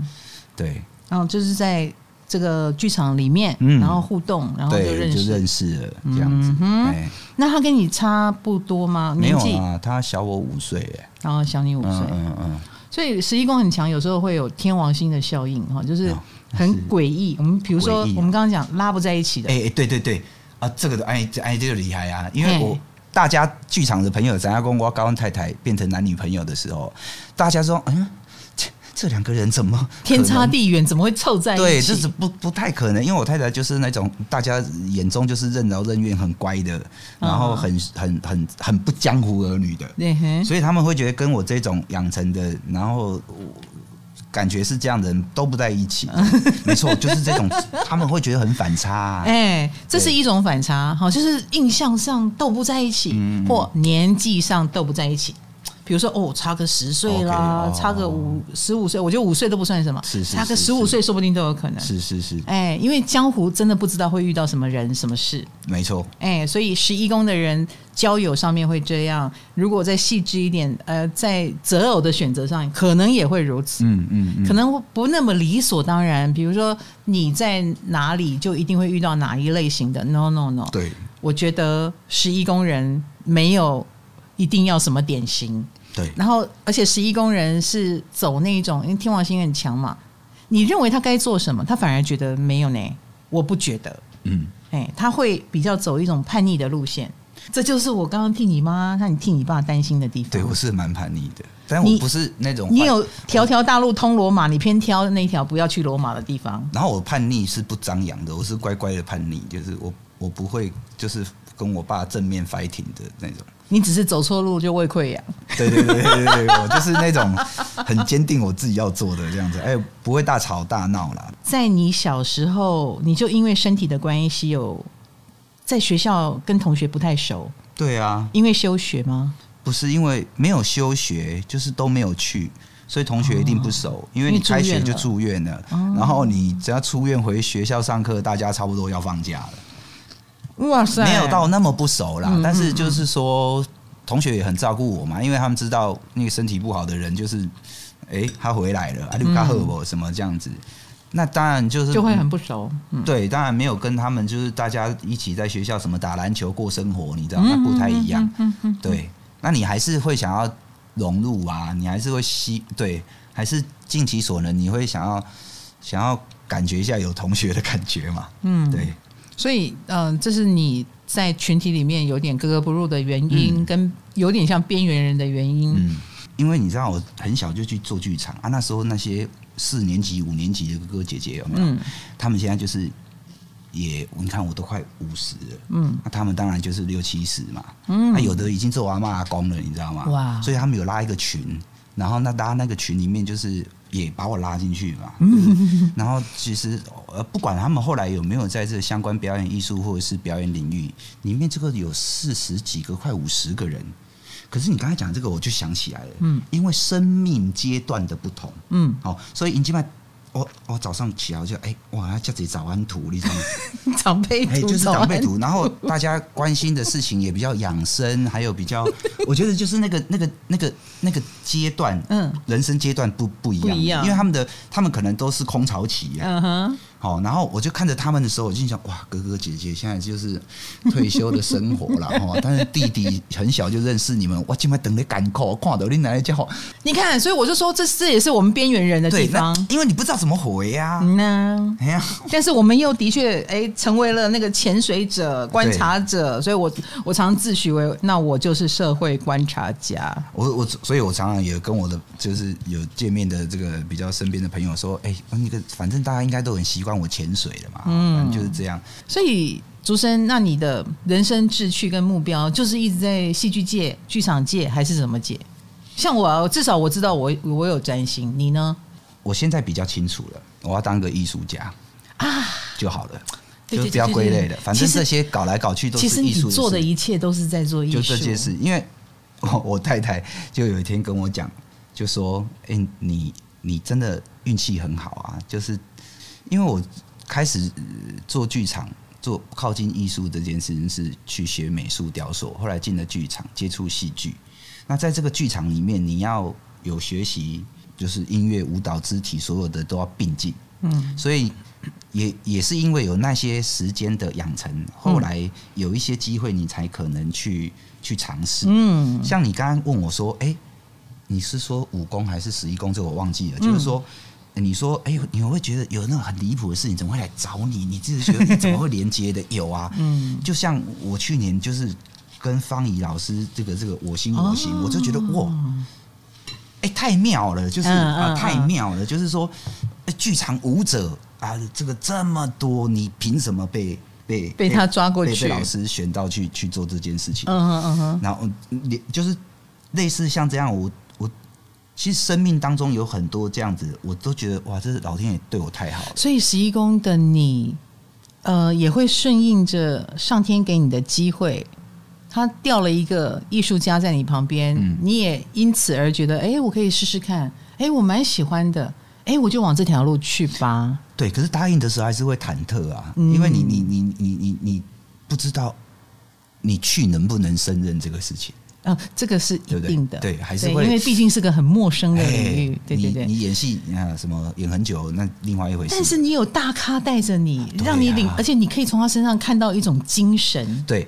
S2: 对
S1: 然后哦就是在这个剧场里面，
S2: 嗯
S1: 然后互动，然后就
S2: 对，
S1: 认
S2: 就
S1: 识。
S2: 认识了这样子
S1: 嗯。哼
S2: 哎，
S1: 那他跟你差不多吗？
S2: 没
S1: 年
S2: 有
S1: 纪，
S2: 啊，他小我五岁，哎
S1: 然后小你五岁
S2: 嗯，嗯嗯，
S1: 所以十一宫很强，有时候会有天王星的效应哈，就是
S2: 哦
S1: 很
S2: 是
S1: 诡异。我们比如说，
S2: 诡异啊
S1: 我们刚刚讲拉不在一起的，
S2: 哎哎，对对对啊，这个的哎这哎这个厉害啊，因为我
S1: 嘿。
S2: 大家剧场的朋友，咱家公我高恩太太变成男女朋友的时候，大家说，嗯，这这两个人怎么
S1: 天
S2: 可
S1: 差
S2: 能
S1: 地远，怎么会凑在一起？
S2: 对，这是不不太可能，因为我太太就是那种大家眼中就是任劳任怨、很乖的，然
S1: 嗯
S2: 后很很很很不江湖儿女的，
S1: 对哼，
S2: 所以他们会觉得跟我这种养成的，然后感觉是这样的人都不在 一起。没错，就是这种，他们会觉得很反差、啊。
S1: 哎，这是
S2: 对
S1: 一种反差，好，就是印象上斗不在一起，
S2: 嗯嗯
S1: 或年纪上斗不在一起。比如说，哦，差个十岁啦
S2: OK，哦
S1: 差个五十五岁，我觉得五岁都不算什么，
S2: 是是是
S1: 差个
S2: 是
S1: 十五岁说不定都有可能。
S2: 是是是，
S1: 哎，因为江湖真的不知道会遇到什么人、什么事，
S2: 没错。
S1: 哎，所以十一宫的人交友上面会这样。如果再细致一点，呃，在择偶的选择上，可能也会如此。
S2: 嗯嗯嗯，
S1: 可能不那么理所当然，比如说你在哪里就一定会遇到哪一类型的，no no no，
S2: 对
S1: 我觉得十一宫人没有一定要什么典型，
S2: 对，
S1: 然后而且十一宫人是走那种，因为天王星很强嘛，你认为他该做什么，他反而觉得没有呢，我不觉得，
S2: 嗯，
S1: 哎，他会比较走一种叛逆的路线，这就是我刚刚替你妈让你替你爸担心的地方。
S2: 对我是蛮叛逆的，但
S1: 你
S2: 我不是那种
S1: 你
S2: 坏
S1: 有条条大路通罗马，你偏挑那一条不要去罗马的地方。
S2: 然后我叛逆是不张扬的，我是乖乖的叛逆，就是我我不会就是跟我爸正面 fighting 的那种。
S1: 你只是走错路就胃溃疡。
S2: 对对对对对，对我就是那种很坚定我自己要做的这样子，哎，不会大吵大闹啦。
S1: 在你小时候，你就因为身体的关系有在学校跟同学不太熟，
S2: 对啊，
S1: 因为休学吗？
S2: 不是因为没有休学，就是都没有去，所以同学一定不熟，因为
S1: 因
S2: 你
S1: 为住院
S2: 开学就
S1: 了
S2: 住院了，然后你只要出院回学校上课，大家差不多要放假了。
S1: 哇塞
S2: 嗯没有到那么不熟啦，
S1: 嗯
S2: 但是就是说。同学也很照顾我嘛，因为他们知道那个身体不好的人就是，哎、他回来了，阿鲁卡赫我什么这样子，那当然就是
S1: 嗯就会很不熟。嗯，
S2: 对，当然没有跟他们就是大家一起在学校什么打篮球过生活，你知道那不太一样。
S1: 嗯嗯，
S2: 对，那你还是会想要融入啊，你还是会吸对，还是尽其所能，你会想要想要感觉一下有同学的感觉嘛？
S1: 嗯，
S2: 对，
S1: 所以，嗯、这是你在群体里面有点格格不入的原因，跟有点像边缘人的原因。
S2: 嗯，因为你知道我很小就去做剧场啊，那时候那些四年级、五年级的哥哥姐姐有没有？
S1: 嗯
S2: 他们现在就是也，你看我都快五十了，
S1: 嗯
S2: 那他们当然就是六七十嘛，
S1: 嗯
S2: 那、有的已经做阿妈阿公了，你知道吗？
S1: 哇
S2: 所以他们有拉一个群，然后那拉那个群里面就是也把我拉进去嘛。
S1: 嗯
S2: 然后其实呃，不管他们后来有没有在这相关表演艺术或者是表演领域里面，这个有四十几个，快五十个人。可是你刚才讲这个，我就想起来了，
S1: 嗯，
S2: 因为生命阶段的不同，
S1: 嗯，
S2: 好、所以尹金麦，我我哦早上起来我就哎、哇，这己早安图，你知道吗？
S1: 长辈
S2: 哎、
S1: 图，
S2: 就是长
S1: 早
S2: 辈
S1: 安，
S2: 图，然后大家关心的事情也比较养生，还有比较，我觉得就是那个那个那个那个阶段，
S1: 嗯
S2: 人生阶段不不一样，
S1: 不一样
S2: 因为他们的他们可能都是空巢期啊。
S1: 嗯哼，
S2: 好、然后我就看着他们的时候，我就想，哇，哥哥姐姐现在就是退休的生活了 哈、哦，但是弟弟很小就认识你们，哇，今晚等你赶 call，看到你奶奶叫，
S1: 你看，所以我就说这这也是我们边缘人的地
S2: 对，
S1: 方
S2: 那。因为你不知道怎么回呀、
S1: 嗯呐、
S2: 哎呀、
S1: 但是我们又的确哎、成为了那个潜水者、观察者，所以我我常自诩为那我就是社会观察家。
S2: 我我所以，我常常也跟我的就是有见面的这个比较身边的朋友说，哎、那个反正大家应该都很习惯我潜水了嘛，
S1: 嗯
S2: 嗯，就是这样。
S1: 所以，竹生，那你的人生志趣跟目标，就是一直在戏剧界、剧场界，还是什么界？像我啊，至少我知道我我有占星，你呢？
S2: 我现在比较清楚了，我要当个艺术家
S1: 啊，
S2: 就好了，
S1: 对对
S2: 就不要
S1: 对对
S2: 归类
S1: 对
S2: 了。反正
S1: 其实
S2: 这些搞来搞去都
S1: 其实
S2: 是
S1: 你
S2: 艺术
S1: 做的
S2: 事
S1: 一切都是在做艺术，
S2: 就这件事，因为我我太太就有一天跟我讲，就说：“哎、你你真的运气很好啊，就是因为我开始、呃做剧场，做靠近艺术这件事情是去学美术雕塑，后来进了剧场，接触戏剧。那在这个剧场里面，你要有学习，就是音乐、舞蹈、肢体，所有的都要并进。
S1: 嗯
S2: 所以也也是因为有那些时间的养成，后来有一些机会，你才可能去去尝试。
S1: 嗯
S2: 像你刚刚问我说，哎、你是说武功还是十一功？这我忘记了，
S1: 嗯
S2: 就是说。你说，哎、你会觉得有那种很离谱的事情，怎么会来找你？你自己觉得你怎么会连接的？有啊，
S1: 嗯，
S2: 就像我去年就是跟方怡老师这个这个我心我行，
S1: 哦
S2: 我就觉得哇，哎、太妙了，就是、
S1: 嗯嗯
S2: 啊，
S1: 嗯
S2: 太妙了，就是说，哎剧场舞者啊，这个这么多，你凭什么被被
S1: 被他抓过
S2: 被
S1: 去
S2: 被老师选到去去做这件事情？
S1: 嗯哼嗯哼，
S2: 然后嗯就是类似像这样，我我其实生命当中有很多这样子，我都觉得哇，这是老天爷对我太好了。
S1: 所以十一宫的你，呃，也会顺应着上天给你的机会。他调了一个艺术家在你旁边，
S2: 嗯
S1: 你也因此而觉得，哎、我可以试试看，哎、我蛮喜欢的，哎、我就往这条路去吧。
S2: 对，可是答应的时候还是会忐忑啊，
S1: 嗯
S2: 因为你你你你你你不知道你去能不能胜任这个事情，
S1: 啊，这个是一定的，
S2: 对不对对还是会
S1: 因为毕竟是个很陌生的领
S2: 哎
S1: 域，对对对
S2: 你。你演戏啊什么演很久，那另外一回事。
S1: 但是你有大咖带着你，
S2: 对
S1: 让你领
S2: 啊，
S1: 而且你可以从他身上看到一种精神。
S2: 对，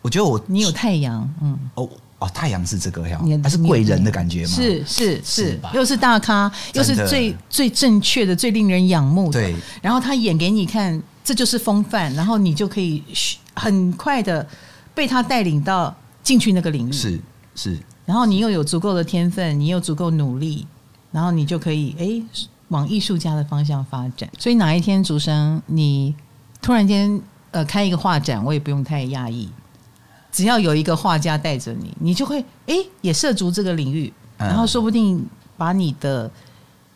S2: 我觉得我
S1: 你有太阳，嗯，
S2: 哦哦太阳是这个呀
S1: 你，
S2: 它是贵人的感觉嘛，
S1: 是是
S2: 是
S1: 是
S2: 吧，
S1: 又是大咖，又是
S2: 真的
S1: 最最正确的、最令人仰慕的。
S2: 对，
S1: 然后他演给你看，这就是风范，然后你就可以嘘很快的被他带领到进去那个领域。，
S2: 是是，
S1: 然后你又有足够的天分，你又足够努力，然后你就可以诶往艺术家的方向发展。所以哪一天竹生你突然间呃开一个画展，我也不用太讶异，只要有一个画家带着你，你就会诶也涉足这个领域，
S2: 嗯
S1: 然后说不定把你的。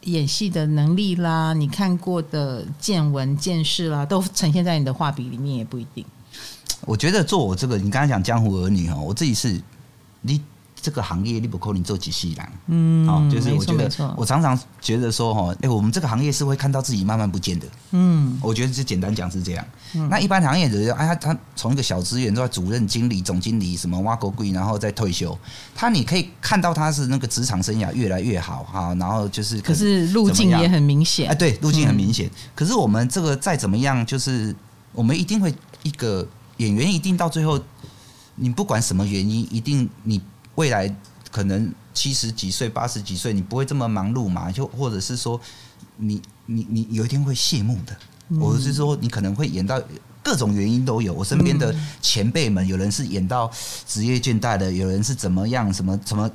S1: 演戏的能力啦，你看过的见闻见识啦，都呈现在你的画笔里面，也不一定。
S2: 我觉得做我这个，你刚才讲江湖儿女哈，我自己是你。这个行业你不扣你做几细郎，嗯，好、就是
S1: 没
S2: 我
S1: 错
S2: 觉
S1: 没
S2: 得
S1: 错
S2: 我常常觉得说哈，哎、我们这个行业是会看到自己慢慢不见的，
S1: 嗯，
S2: 我觉得是简单讲是这样。那一般行业人，哎、啊，他他从一个小职员到主任、经理、总经理，什么挖狗贵，然后再退休，他你可以看到他是那个职场生涯越来越好哈，然后就是
S1: 可是路
S2: 怎么
S1: 径
S2: 样
S1: 也很明显
S2: 哎，，对，路径很明显。可是我们这个再怎么样，就是我们一定会一个演员，一定到最后，你不管什么原因，一定你未来可能七十几岁、八十几岁，你不会这么忙碌嘛？就或者是说你，你你有一天会谢幕的。
S1: 嗯
S2: 我是说，你可能会演到。各种原因都有，我身边的前辈们，有人是演到职业倦怠的，有人是怎么样，什么什么，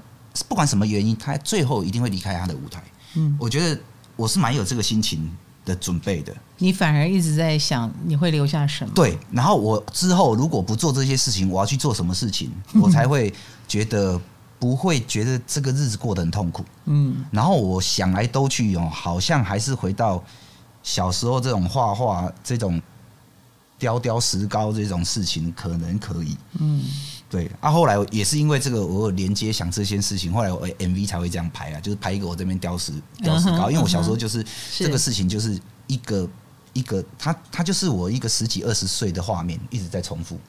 S2: 不管什么原因，他最后一定会离开他的舞台。
S1: 嗯，
S2: 我觉得我是蛮有这个心情的准备的。
S1: 你反而一直在想你会留下什么？
S2: 对，然后我之后如果不做这些事情，我要去做什么事情，我才会觉得不会觉得这个日子过得很痛苦。
S1: 嗯，
S2: 然后我想来都去哦，好像还是回到小时候这种画画、这种雕雕石膏这种事情，可能可以。
S1: 嗯，
S2: 对啊，后来我也是因为这个，我有连接想这些事情，后来我 MV 才会这样拍啊，就是拍一个我这边雕石雕石
S1: 嗯
S2: 膏，
S1: 哼
S2: 因为我小时候就是
S1: 是
S2: 这个事情就是一个一个，它它就是我一个十几二十岁的画面一直在重复。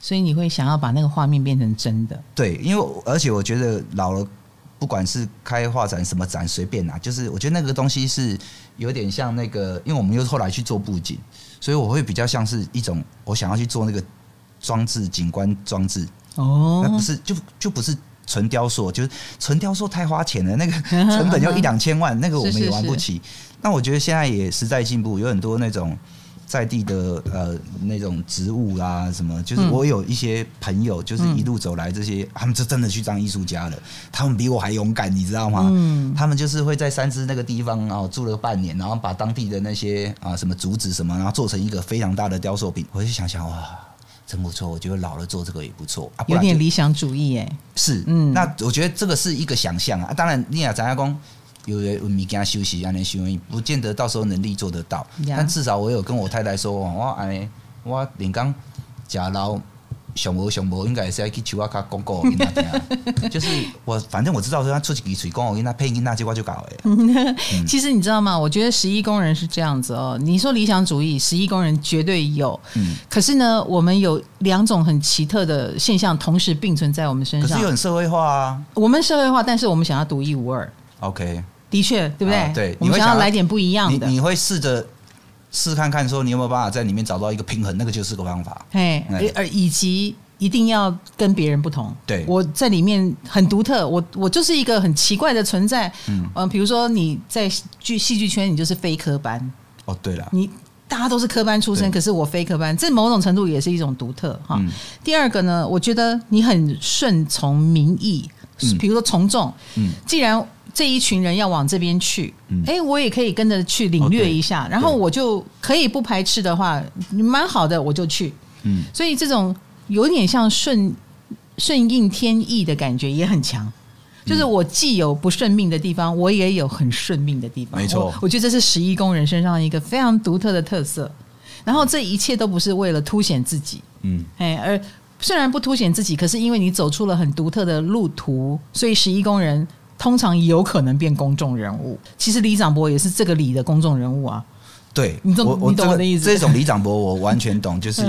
S1: 所以你会想要把那个画面变成真的，
S2: 对，因为我而且我觉得老了，不管是开画展什么展，随便拿，就是我觉得那个东西是有点像那个，因为我们又后来去做布景，所以我会比较像是一种我想要去做那个装置景观装置，
S1: 哦
S2: 那不是就就不是纯雕塑，就是纯雕塑太花钱了，那个 成本要一两千万，那个我
S1: 是
S2: 们
S1: 是
S2: 也玩不起。那我觉得现在也时代进步，有很多那种在地的呃那种植物啊什么，就是
S1: 嗯
S2: 我有一些朋友，就是一路走来这些，他们就真的去当艺术家了，他们比我还勇敢，你知道吗？
S1: 嗯
S2: 他们就是会在三芝那个地方啊、哦、住了半年，然后把当地的那些啊什么竹子什么，然后做成一个非常大的雕塑品。我就想想哇。真不错，我觉得老了做这个也不错啊，不
S1: 有
S2: 然就
S1: 点理想主义哎、
S2: 是，
S1: 嗯
S2: 那我觉得这个是一个想象啊。啊当然，你也知道讲，有人物件休息，安尼休息，不见得到时候能力做得到。
S1: 呀
S2: 但至少我有跟我太太说，哦我安尼，我连讲食老上无上无，应该也是要去树啊卡广告给他 听。就是我反正我知道说他出一支嘴，讲我跟他配音那句我就搞
S1: 嗯
S2: 诶。嗯
S1: 其实你知道吗？我觉得十一工人是这样子哦。你说理想主义，十一工人绝对有。
S2: 嗯
S1: 可是呢，我们有两种很奇特的现象同时并存在我们身
S2: 可是
S1: 上
S2: 又。很社会化啊。
S1: 我们社会化，但是我们想要独一无二，
S2: OK，
S1: 的确，对不对？
S2: 啊对
S1: 我们
S2: 你会
S1: 想
S2: 想
S1: 要
S2: 要
S1: 来点不一样
S2: 你
S1: 的。
S2: 你会试着试看看，说你有没有办法在里面找到一个平衡，那个就是个方法。
S1: 哎，
S2: 哎
S1: 而而以及一定要跟别人不同。
S2: 对
S1: 我在里面很独特，我我就是一个很奇怪的存在。嗯
S2: 嗯，
S1: 呃，比如说你在剧戏剧圈，你就是非科班，
S2: 哦，对了，
S1: 你大家都是科班出身，
S2: 对
S1: 可是我非科班，这某种程度也是一种独特哈。
S2: 嗯
S1: 第二个呢，我觉得你很顺从民意，
S2: 嗯
S1: 比如说从众，
S2: 嗯。
S1: 既然这一群人要往这边去，
S2: 嗯哦
S1: 哎、我也可以跟着去领略一下，然后
S2: 对
S1: 我就可以不排斥的话，蛮好的，我就去。
S2: 嗯
S1: 所以这种有点像顺顺应天意的感觉也很强。就是
S2: 嗯
S1: 我既有不顺命的地方，我也有很顺命的地方。
S2: 没错
S1: 我我觉得这是十一宫人身上一个非常独特的特色。然后这一切都不是为了凸显自己，
S2: 嗯
S1: 哎，而虽然不凸显自己，可是因为你走出了很独特的路途，所以十一宫人通常有可能变公众人物。其实李长博也是这个里的公众人物啊，
S2: 对，
S1: 你懂
S2: 我
S1: 你懂
S2: 这
S1: 我
S2: 个
S1: 的意思
S2: 这种李长博我完全懂， 就是，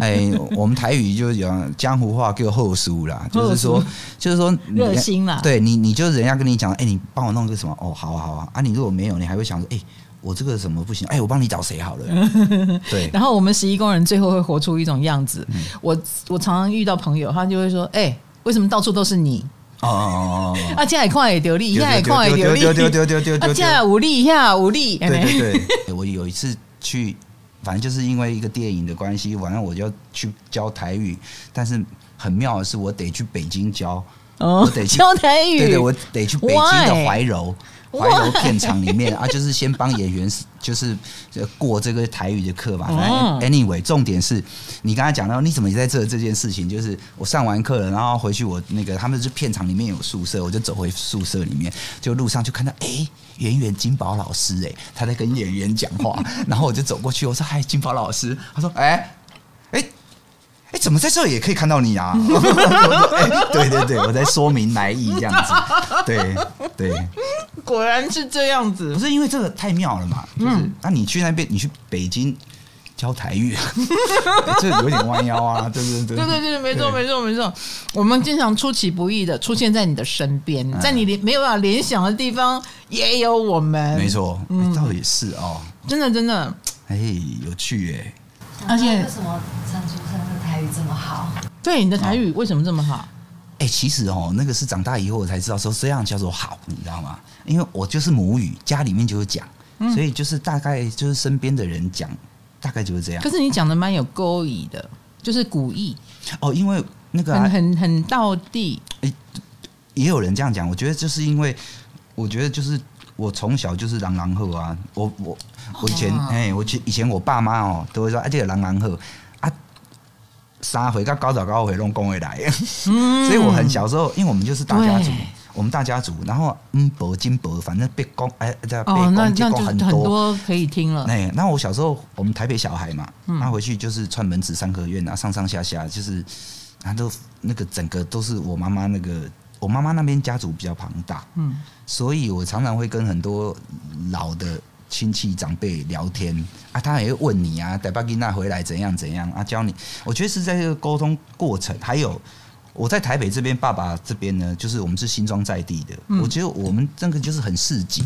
S2: 哎，我们台语就讲江湖话叫后书啦，就是
S1: 后
S2: 说，就是说你
S1: 热心啦
S2: 对你，你就人家跟你讲，哎，你帮我弄个什么？哦，好啊，好啊，啊，你如果没有，你还会想说，哎，我这个什么不行？哎，我帮你找谁 好了？对，
S1: 然后我们十一宫人最后会活出一种样子。
S2: 嗯
S1: 我我常常遇到朋友，他就会说：“哎、为什么到处都是你？
S2: 哦哦哦哦，
S1: 啊，这样也看也流利，
S2: 丢
S1: 那也看也流
S2: 丢
S1: 利，
S2: 丢丢丢丢丢
S1: 啊，
S2: 丢
S1: 这
S2: 丢，
S1: 样武力，下武力。”哎
S2: 对对对，哎我有一次去，反正就是因为一个电影的关系，晚上我就要去教台语，但是很妙的是，我得去北京教。
S1: 哦
S2: 我得，去
S1: 交台语，
S2: 对对，我得去北京的
S1: Why？
S2: 怀柔。怀柔片场里面啊，就是先帮演员 就是呃过这个台语的课嘛。反
S1: 哦
S2: 正 anyway，重点是你刚才讲到你怎么也在这这件事情，就是我上完课了，然后回去我那个他们是片场里面有宿舍，我就走回宿舍里面，就路上就看到哎。诶圆圆金宝老师、诶，哎，他在跟演员讲话，然后我就走过去，我说：“嗨，金宝老师。”他说：“哎、哎、哎，怎么在这也可以看到你啊？ 我说哎对对对，我在说明来意这样子，对对，
S1: 果然是这样子
S2: 不。是因为这个太妙了嘛？就是，那、
S1: 嗯
S2: 你去那边，你去北京教台语， 这有点弯腰啊，对对对，
S1: 对对对，没错没错没错，我们经常出其不意的出现在你的身边，
S2: 嗯
S1: 在你联没有办法联想的地方，也有我们。
S2: 没，错，
S1: 嗯
S2: 哎倒也是哦，
S1: 真的真的，
S2: 哎，有趣哎。
S1: 而且
S3: 哦为什么陈竹生的台语这么好？
S1: 对你的台语为什么这么好？
S2: 哎、其实哦，那个是长大以后我才知道说这样叫做好，你知道吗？因为我就是母语，家里面就有讲，
S1: 嗯
S2: 所以就是大概就是身边的人讲，大概就是这样
S1: 可。是你讲的蛮有勾引的，就是古意，
S2: 哦，因为那个啊、
S1: 很很很到地。
S2: 也有人这样讲，我觉得就是因为，我觉得就是我从小就是狼狼鹤啊，我我我以前
S3: 哦
S2: 哎、我以前我爸妈哦都会说，啊，这个狼狼鹤啊，三回到高早高回弄公会来，
S1: 嗯
S2: 所以我很小时候，因为我们就是大家族
S1: 对。
S2: 我们大家族，然后嗯，伯金伯，反正被公哎，这被
S1: 哦，那
S2: 公
S1: 那
S2: 进
S1: 就
S2: 攻
S1: 很
S2: 很多，
S1: 多可以听了。
S2: 哎，那我小时候我们台北小孩嘛，
S1: 啊嗯
S2: 那、回去就是串门子三合院啊，上上下下就是，他都那个整个都是我妈妈那个，我妈妈那边家族比较庞大，
S1: 嗯，
S2: 所以我常常会跟很多老的亲戚长辈聊天啊，他也会问你啊，带巴吉娜回来怎样怎样啊，教你。我觉得是在这个沟通过程，还有我在台北这边，爸爸这边呢，就是我们是新庄在地的，
S1: 嗯
S2: 我觉得我们这个就是很市井。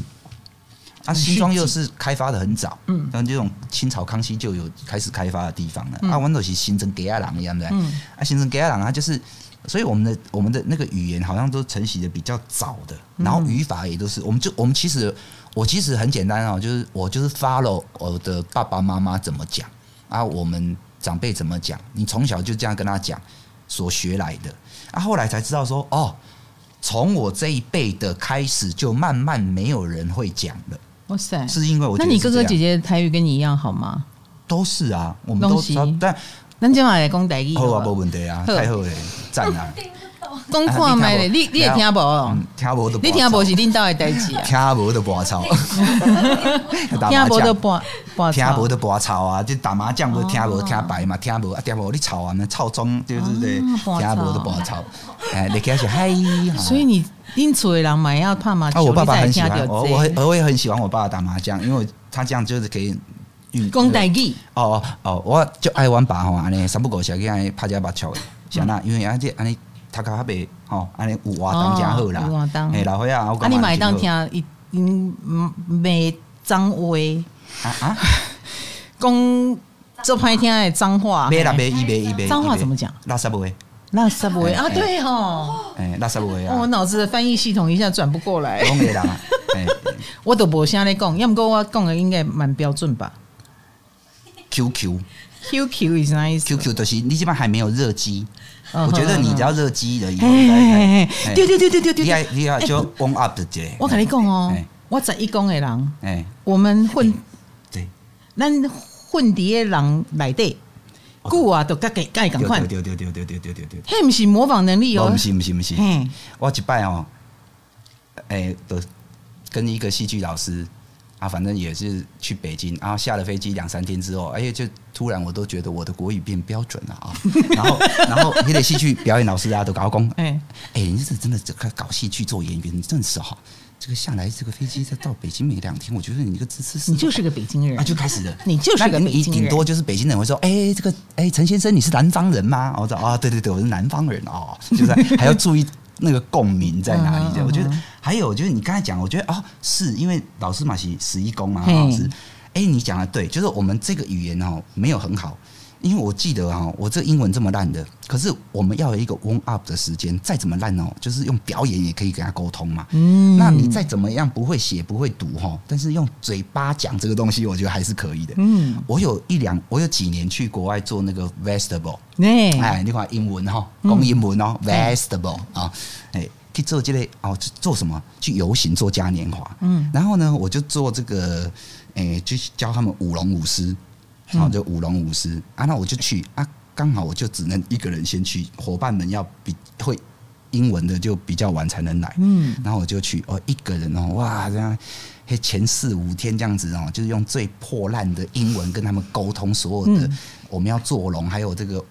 S2: 啊，
S1: 很市井
S2: 新庄又是开发的很早，
S1: 嗯
S2: 像这种清朝康熙就有开始开发的地方了。
S1: 嗯
S2: 啊，我们都是新增给亚郎一样的，
S1: 嗯
S2: 啊，形成给他朗他就是，所以我们的我们的那个语言好像都承袭的比较早的，
S1: 嗯
S2: 然后语法也都是，我们就我们其实我其实很简单哦，就是我就是 follow 我的爸爸妈妈怎么讲啊，我们长辈怎么讲，你从小就这样跟他讲所学来的，啊，后来才知道说哦，从我这一辈的开始就慢慢没有人会讲了，
S1: 哇塞，
S2: 是因为我觉
S1: 那
S2: 得
S1: 你哥
S2: 是这
S1: 哥
S2: 样
S1: 姐姐的台语跟你一样好吗？
S2: 都是啊，我们
S1: 拢
S2: 都
S1: 是
S2: 但
S1: 咱今晚来讲台语好
S2: 好
S1: 不
S2: 啊，
S1: 好，
S2: 没问题啊，
S1: 好嗯
S2: 太好了，赞 啊！
S1: 讲看麦嘞，你你也听不懂？
S2: 嗯听无的，
S1: 你听不是领导的代志啊？
S2: 听无的 拔草，打
S1: 听
S2: 麻
S1: 不的
S2: 将，
S1: 播播
S2: 嗯听无
S1: 的
S2: 的拔草啊！就打麻将不是听无
S1: 哦
S2: 听白嘛，听无啊听无你吵啊，那吵中对对对，
S1: 哦
S2: 听
S1: 拔草
S2: 无的拔草，哎，你开始嗨，哈
S1: 所以你恁厝的人嘛要拍麻
S2: 啊，
S1: 将，
S2: 我爸爸
S1: 你才
S2: 很喜
S1: 听
S2: 欢
S1: 到
S2: 我，
S1: 这
S2: 我我我也很喜欢我爸爸打麻将，因为他这样就是可以运
S1: 讲台语，
S2: 哦哦哦，我就爱阮爸吼，安尼三不五时去安尼拍只目球的，是安那，
S1: 嗯
S2: 因为安这安尼头壳较袂吼，安尼有活动真好啦
S1: 哦有活，动
S2: 哎，老伙仔，我
S1: 啊，
S2: 感觉
S1: 你买
S2: 真好
S1: 当听一嗯每脏话，
S2: 啊啊。
S1: 讲做歹听的脏话，
S2: 别啦别，一别一别。
S1: 啊脏话
S2: 他买哎
S1: 怎么讲？
S2: 垃圾不会，
S1: 那啥不会
S2: 哎
S1: 啊？
S2: 哎
S1: 对吼，
S2: 哎，垃圾不会
S1: 我
S2: 啊。
S1: 脑子的翻译系统一下转不过来，
S2: 讲的 人，哎，
S1: 我都无啥咧讲，要不过我讲的应该蛮标准吧
S2: ，QQ
S1: ？QQ is nice。
S2: QQ 就是你这边还没有热机，
S1: 嗯
S2: 我觉得
S1: 嗯
S2: 你
S1: 嗯
S2: 只要热机了以后，
S1: 哎
S2: 哎
S1: 哎，哎对对对对对对
S2: 厉害
S1: 对，
S2: 厉害，就 warm up 的这。
S1: 我跟你讲哦
S2: 哎，
S1: 我十一讲的人，
S2: 哎，
S1: 我们混
S2: 对，
S1: 咱混伫的人内底，久啊都甲个甲伊共款，
S2: 对对对对对对对对对。
S1: 迄毋是模仿能力哦
S2: 不，是不是不是，
S1: 哎嘿，
S2: 我一拜哦，哎，都跟一个戏剧老师啊，反正也是去北京，然后下了飞机两三天之后，哎呀，就突然我都觉得我的国语变标准 了啊。然后，然后那个戏剧表演老师啊，都搞工，哎、
S1: 哎，
S2: 你是真的这个搞戏剧做演员，你真的是哈、这个下来这个飞机再到北京没两天，我觉得你这个姿势是
S1: 你就是个北京
S2: 啊，
S1: 人，
S2: 就开始了。
S1: 你就是个
S2: 那
S1: 北
S2: 你
S1: 京
S2: 顶
S1: 人，
S2: 多就是北京人会说，哎、这个哎，陈、先生你是南方人吗？我说啊，对对对，我是南方人哦，就是 还要注意那个共鸣在哪里
S1: 嗯嗯
S2: 的。
S1: 嗯
S2: 我觉得还有就是你刚才讲，我觉得哦，是因为老师嘛是十一宫嘛，
S1: 嘿
S2: 老师，哎、你讲的对，就是我们这个语言哦没有很好。因为我记得哈、哦，我这英文这么烂的，可是我们要有一个 warm up 的时间，再怎么烂哦，就是用表演也可以跟他沟通嘛。
S1: 嗯
S2: 那你再怎么样不会写不会读哈，但是用嘴巴讲这个东西，我觉得还是可以的。
S1: 嗯，
S2: 我有一两，我有几年去国外做那个 vegetable，
S1: 哎，嗯
S2: 哎，你看英文哈，讲英文哦，vegetable 啊，哎，去做这类哦，做什么？去游行做嘉年华，
S1: 嗯，
S2: 然后呢，我就做这个，哎，就教他们舞龙舞狮，
S1: 嗯
S2: 好，就舞龙舞狮啊，那我就去啊，刚好我就只能一个人先去，伙伴们要比会英文的就比较晚才能来，
S1: 嗯，
S2: 然后我就去哦，一个人哦，哇，这样。嘿，前四五天这样子哦，就是
S1: 嗯
S2: 用最破烂的英文跟他们沟通所有的，我们要做龙，还有这个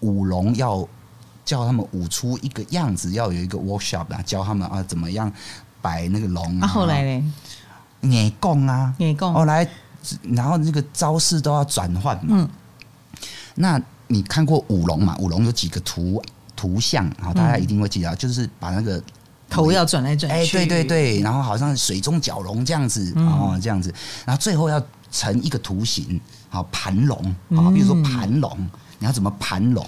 S2: 舞龙要叫他们舞出一个样子，要有一个 workshop 啦，教他们啊怎么样摆那个龙
S1: 啊，后来嘞，
S2: 眼供啊，
S1: 你共
S2: 后来然后那个招式都要转换嘛。
S1: 嗯
S2: 那你看过舞龙嘛？舞龙有几个图图像，好，大家一定会记得啊，
S1: 嗯
S2: 就是把那个
S1: 头要转来转
S2: 哎、
S1: 去，
S2: 对对，对，然后好像水中蛟龙这样子，
S1: 嗯
S2: 哦，这样子，然后最后要成一个图形，好盘龙，好，
S1: 嗯
S2: 比如说盘龙，你要怎么盘龙？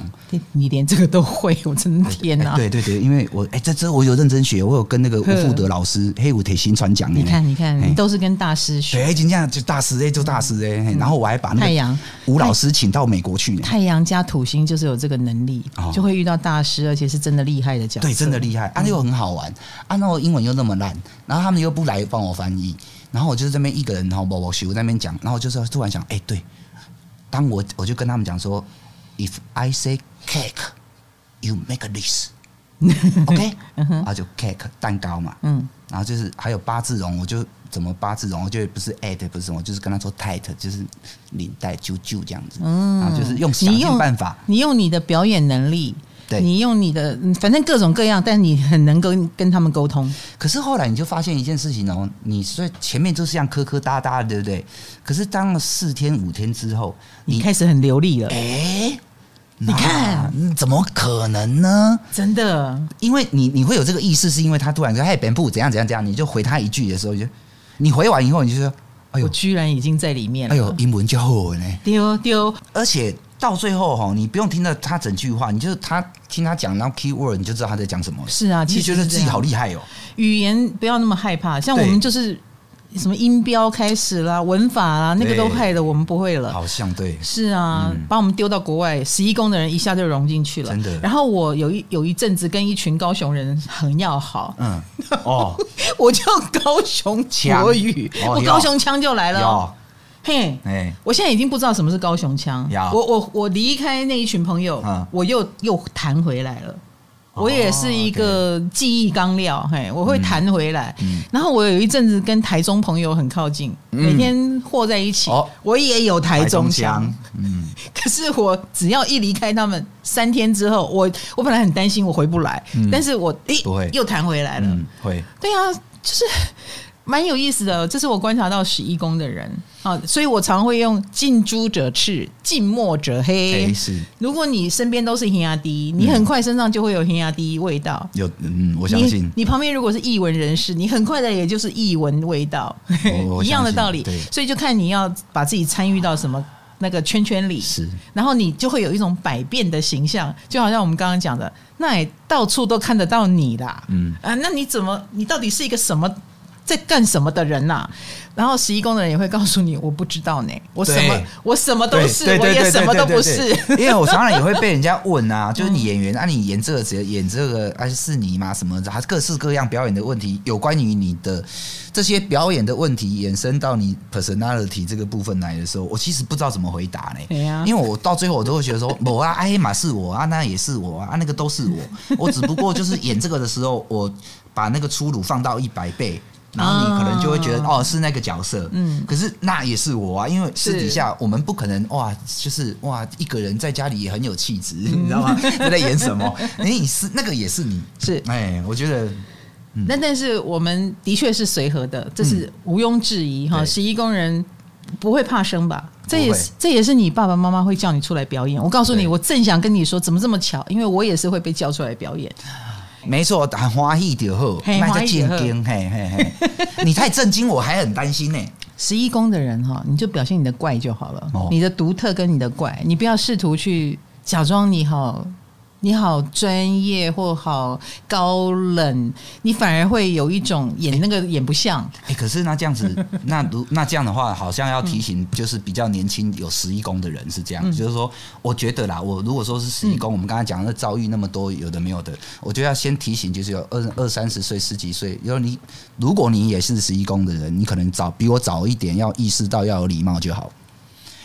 S1: 你连这个都会，我真的天哪、
S2: 哎对对对，因为我哎、这这我有认真学，我有跟那个吴
S1: 呵
S2: 富德老师黑五铁新传讲，
S1: 你看，你看，
S2: 哎
S1: 你都是跟大师学。
S2: 对，就这样就大师哎，就大师哎、嘿然后我还把那
S1: 嗯太
S2: 个
S1: 阳，
S2: 吴老师请到美国去呢，
S1: 太阳加土星就是有这个能力，
S2: 哦
S1: 就会遇到大师，而且是真的厉害的角色。
S2: 对，真的厉害，
S1: 嗯
S2: 啊，又很好玩，啊，那我英文又那么烂，然后他们又不来帮我翻译，然后我就这边一个人，然后我我我在那边讲，然后我就是突然想，哎、对，当我我就跟他们讲说，If I say cake, you make a list, OK，然后就 cake 蛋糕嘛，
S1: 嗯，
S2: 然后就是还有八字绒，我就怎么八字绒，我就不是 at 不是什么，就是跟他说 tight，就是领带揪揪这样子，嗯，然后就是用想
S1: 你
S2: 尽
S1: 用
S2: 办法，
S1: 你用你的表演能力，
S2: 对
S1: 你用你的，嗯反正各种各样，但你很能跟跟他们沟通。
S2: 可是后来你就发现一件事情哦，你所以前面就是这样磕磕哒哒的，对不对？可是当了四天五天之后，
S1: 你
S2: 你
S1: 开始很流利了，
S2: 哎、你
S1: 你看
S2: 怎么可能呢？
S1: 真的。
S2: 因为你你会有这个意识，是因为他突然说“嘿，哎本部怎样怎样怎样”，你就回他一句的时候，你就你回完以后，你就说：“哎
S1: 我
S2: 呦，
S1: 居然已经在里面了。
S2: 哎呦，英文就好呢。”
S1: 丢丢，
S2: 而且到最后哈，你不用听到他整句话，你就他听他讲，然后 key word 你就知道他在讲什么了。
S1: 是啊
S2: 你就
S1: 其实
S2: 觉得
S1: 是这
S2: 自己
S1: 样
S2: 好厉害哦。
S1: 语言不要那么害怕。像我
S2: 对
S1: 们就是什么音标开始啦、文法啦，那个都
S2: 对
S1: 害的我们不会了。
S2: 好像对，
S1: 是啊，把我们丢到国外，十一宫的人一下就融进去了。
S2: 嗯真的
S1: 然后我有一有一阵子跟一群高雄人很要 好，
S2: 嗯，哦，
S1: 我就高雄国语，
S2: 腔哦
S1: 我
S2: 有
S1: 高雄腔就来了哦。
S2: 有，
S1: 嘿，
S2: 哎，
S1: 我现在已经不知道什么是高雄腔
S2: 有。
S1: 我我我离开那一群朋友，
S2: 嗯哦
S1: 我又又弹回来了。我也是一个记忆钢料，嘿，我会弹回来。
S2: 嗯
S1: 然后我有一阵子跟台中朋友很靠近，
S2: 嗯
S1: 每天和在一起，
S2: 哦
S1: 我也有台中腔。
S2: 香，嗯，
S1: 可是我只要一离开他们三天之后，我我本来很担心我回不来，
S2: 嗯
S1: 但是我诶、
S2: 不会
S1: 又弹回来了。
S2: 嗯，会，
S1: 对啊，就是蛮有意思的。这是我观察到十一宫的人啊，所以我常会用“近朱者赤，近墨者黑”
S2: 哎，是
S1: 如果你身边都是黑压低，你很快身上就会有黑压低味道。
S2: 有，嗯，我
S1: 我
S2: 相信
S1: 你，你旁边如果是译文人士，你很快的也就是译文味道
S2: 我 我，
S1: 一样的
S2: 相信
S1: 道理
S2: 对。
S1: 所以就看你要把自己参与到什么那个圈圈里，
S2: 是
S1: 然后你就会有一种百变的形象，就好像我们刚刚讲的，那也到处都看得到你啦。
S2: 嗯
S1: 啊，那你怎么，你到底是一个什么？在干什么的人呐、然后十一宫的人也会告诉你，我不知道呢，我什么
S2: 对
S1: 我什么都
S2: 对
S1: 是，
S2: 对
S1: 我
S2: 对
S1: 也
S2: 对
S1: 什么
S2: 对
S1: 都
S2: 对
S1: 不
S2: 对
S1: 是。
S2: 因为我常常也会被人家问 啊，就是你演员啊，你演这个只演这个，而且是你嘛什么的，还各式各样表演的问题，有关于你的这些表演的问题衍生到你 personality 这个部分来的时候，我其实不知道怎么回答呢。
S1: 对啊呀
S2: 因为我到最后我都会觉得说，我啊，哎嘛是我啊，那也是我啊，啊那个都是我， 我只不过就是演这个的时候，我把那个粗鲁放到一百倍。然后你可能就会觉得、
S1: 啊
S2: 哦是那个角色，
S1: 嗯
S2: 嗯，可是那也是我啊，因为私底
S1: 是
S2: 下啊，我们不可能哇，就是哇，一个人在家里也很有气质， 你知道吗？在在演 什么？哎、你是那个也是你，
S1: 是
S2: 哎，我觉得嗯
S1: 那但是我们的确是随和的，这是毋庸置疑哈。
S2: 对
S1: 十一工人不会怕生吧？这也是
S2: 不
S1: 这也是你爸爸妈妈会叫你出来表演。我告诉你，
S2: 对
S1: 我正想跟你说，怎么这么巧？因为我也是会被叫出来表演。
S2: 没错，很欢喜就好，
S1: 嘿
S2: 那叫
S1: 欢喜就
S2: 震
S1: 好
S2: 惊，嘿嘿嘿，你太震惊，我还很担心呢、
S1: 十一宫的人哈，你就表现你的怪就好了，
S2: 哦
S1: 你的独特跟你的怪，你不要试图去假装你好，你好专业或好高冷，你反而会有一种演那个演不像。
S2: 哎、可是那这样子，那如那这样的话，好像要提醒，就是比较年轻有十一宫的人是这
S1: 嗯
S2: 样，就是说，我觉得啦，我如果说是十一宫，我们刚才讲的遭遇那么多有的没有的，我就要先提醒，就是有二二三十岁、十几岁，因为你如果你也是十一宫的人，你可能早比我早一点，要意识到要有礼貌就好。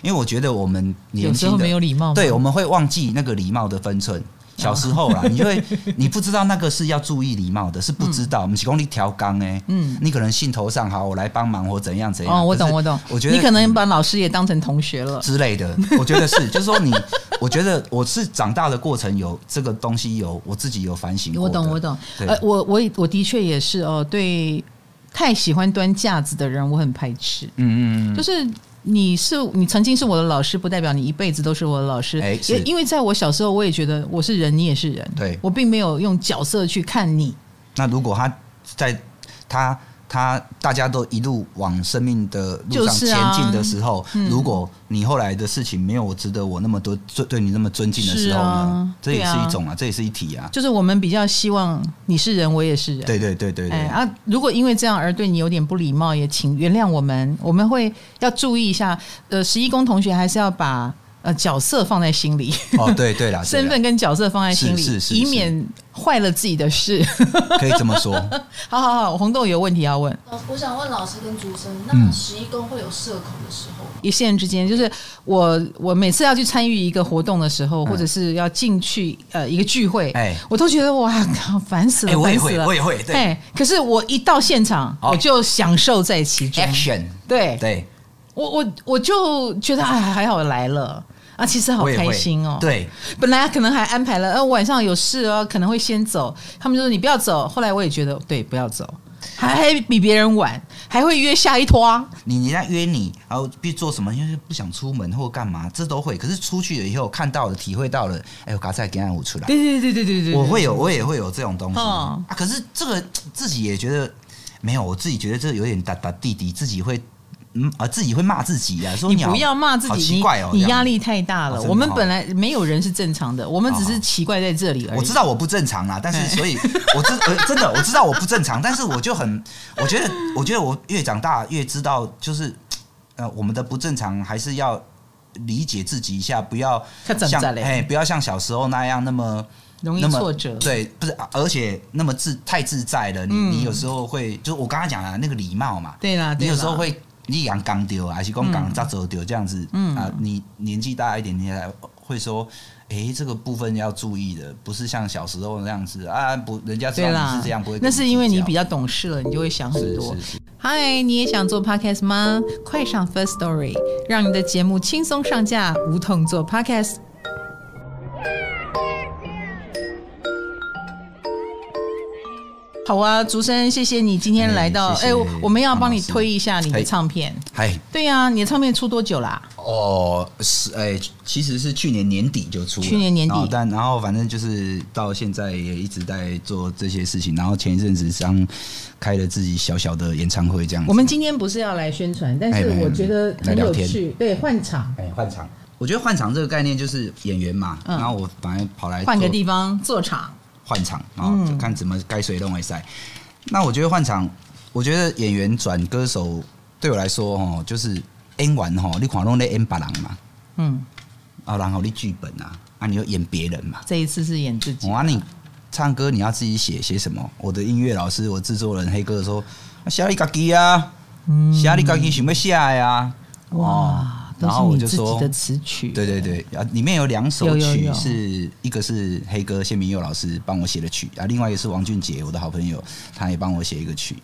S2: 因为我觉得我们年
S1: 有时
S2: 轻
S1: 候
S2: 的
S1: 没有礼貌吗
S2: 对，我们会忘记那个礼貌的分寸。小时候啦，
S1: 哦
S2: 你就会你不知道那个是要注意礼貌的，是不知道。我们提供你调纲哎，
S1: 嗯
S2: 嗯，你可能兴头上好，我来帮忙或怎样怎样。
S1: 哦，我懂，
S2: 啊可是
S1: 我懂。
S2: 我觉得
S1: 你可能把老师也当成同学了。
S2: 之类的，我觉得是， 就是说你，我觉得我是长大的过程有这个东西有我自己有反省过
S1: 我
S2: 的
S1: 懂，我懂。
S2: 对
S1: 呃，我我也我的确也是哦，对，太喜欢端架子的人，我很排斥。
S2: 嗯嗯嗯，
S1: 就是你是你曾经是我的老师，不代表你一辈子都是我的老师。
S2: 哎
S1: 也
S2: 是
S1: 因为在我小时候，我也觉得我是人，你也是人。
S2: 对
S1: 我并没有用角色去看你。
S2: 那如果他在他他大家都一路往生命的路上
S1: 就是
S2: 前
S1: 啊
S2: 进的时候，
S1: 嗯
S2: 如果你后来的事情没有值得我那么多尊对你那么尊敬的时候呢，
S1: 是啊
S2: 这也
S1: 对
S2: 是
S1: 啊
S2: 一种啊，这也是一体啊，
S1: 就是我们比较希望你是人，我也是人。
S2: 对对对对对，
S1: 哎啊，如果因为这样而对你有点不礼貌，也请原谅我们，我们会要注意一下。呃，十一宫同学还是要把呃角色放在心里，
S2: 哦对对啦，对啦
S1: 身份跟角色放在心里，
S2: 是是是
S1: 以
S2: 是
S1: 免坏了自己的事。
S2: 可以这么说，
S1: 好好好，红豆有问题要问。
S3: 老哦我想问老师跟竹生，那
S2: 嗯
S3: 十一宫会有社恐的时候吗？
S1: 一线之间，就是我我每次要去参与一个活动的时候，
S2: 嗯
S1: 或者是要进去呃一个聚会，
S2: 哎
S1: 我都觉得哇靠，烦死
S2: 哎
S1: 了，
S2: 我也
S1: 烦死
S2: 会
S1: 了
S2: 我。也会对
S1: 哎，可是我一到现场，
S2: 好
S1: 我就享受在其中。
S2: ，action，
S1: 对，
S2: 对，
S1: 我我我就觉得哎，还好来了啊，其实好
S2: 我也
S1: 开
S2: 会
S1: 心哦。，
S2: 对，
S1: 本来可能还安排了，呃，晚上有事哦，可能会先走。他们就说你不要走，后来我也觉得对，不要走，还比别人晚，还会约下一拖啊。
S2: 你人家约你，然后必做什么，因为不想出门或干嘛，这都会。可是出去了以后，看到了、体会到了，哎，我刚才给俺舞出来，
S1: 对对对对对对对，
S2: 我会有，我也会有这种东西、
S1: 嗯
S2: 啊。可是这个自己也觉得没有，我自己觉得这有点打打弟弟，自己会嗯啊，自己会骂自己啊，说
S1: 你
S2: 好
S1: 不要骂自
S2: 好
S1: 己，
S2: 奇怪哦，
S1: 你
S2: 这
S1: 你
S2: 样
S1: 压。力太大了。
S2: 哦真的
S1: 我们
S2: 哦
S1: 本来没有人是正常的，我们只是奇怪在这里而已。
S2: 我知道我不正常啦，但是所以我知呃真的我知道我不正常，但是我就很，我觉得我觉得我越长大越知道，就是呃我们的不正常还是要理解自己一下，不要
S1: 他怎么
S2: 像
S1: 在嘞？
S2: 哎不要像小时候那样那么
S1: 容易
S2: 那么
S1: 挫折。
S2: 对，不是，啊而且那么自太自在了，你、你有时候会，就是我刚刚讲的那个礼貌嘛，
S1: 嗯对啦，
S2: 你
S1: 对啦啊
S2: 有时候会你讲刚丢啊，还是讲刚咋走丢这样子，
S1: 嗯
S2: 啊，你年纪大一点，你还会说。诶，这个部分要注意的，不是像小时候那样子啊，不，人家知
S1: 对
S2: 道
S1: 啦
S2: 你是这样，不会
S1: 那
S2: 跟
S1: 是因为
S2: 计
S1: 你
S2: 较
S1: 比较懂事了，你就会想很
S2: 是
S1: 多
S2: 是。是
S1: 嗨，你也想做 podcast 吗？快上 First Story，让你的节目轻松上架，无痛做 podcast。好啊，竹生，谢谢你今天来到。
S2: 哎
S1: 哎、
S2: 谢谢
S1: 我我们要帮你
S2: 黄老师
S1: 推一下你的
S2: 哎
S1: 唱片。
S2: 嗨，
S1: 对呀、你的唱片出多久啦、啊
S2: 哦，是哎、其实是去年年底就出了，
S1: 去年年底
S2: 然后但然后反正就是到现在也一直在做这些事情，然后前一阵子刚开了自己小小的演唱会这样子。
S1: 我们今天不是要来宣传，但是
S2: 哎没
S1: 我
S2: 有
S1: 觉得很有趣，对，换场，
S2: 哎换场，我觉得换场这个概念就是演员嘛，
S1: 嗯
S2: 然后我反正跑来
S1: 换个
S2: 做
S1: 地方做场，
S2: 换场，然后就看怎么该谁弄为赛。那我觉得换场，我觉得演员转歌手对我来说哦，就是 N 完哦，你看拢在 N 别人嘛，
S1: 嗯，
S2: 啊，然后你剧本啊，啊你又演别人嘛。
S1: 这一次是演自己
S2: 我，啊，你唱歌你要自己写写什么？我的音乐老师，我制作人黑哥说，啊写你自己啊，写你自己想要写的啊。
S1: 嗯哇
S2: 哦，
S1: 都
S2: 然
S1: 是
S2: 后我
S1: 你
S2: 就
S1: 自己
S2: 说
S1: 的，词曲，
S2: 对对对，啊，里面有两首
S1: 有有
S2: 曲
S1: 有
S2: 是一个是黑哥谢明佑老师帮我写的曲，啊，另外一个是王俊杰我的好朋友，他也帮我写一个曲，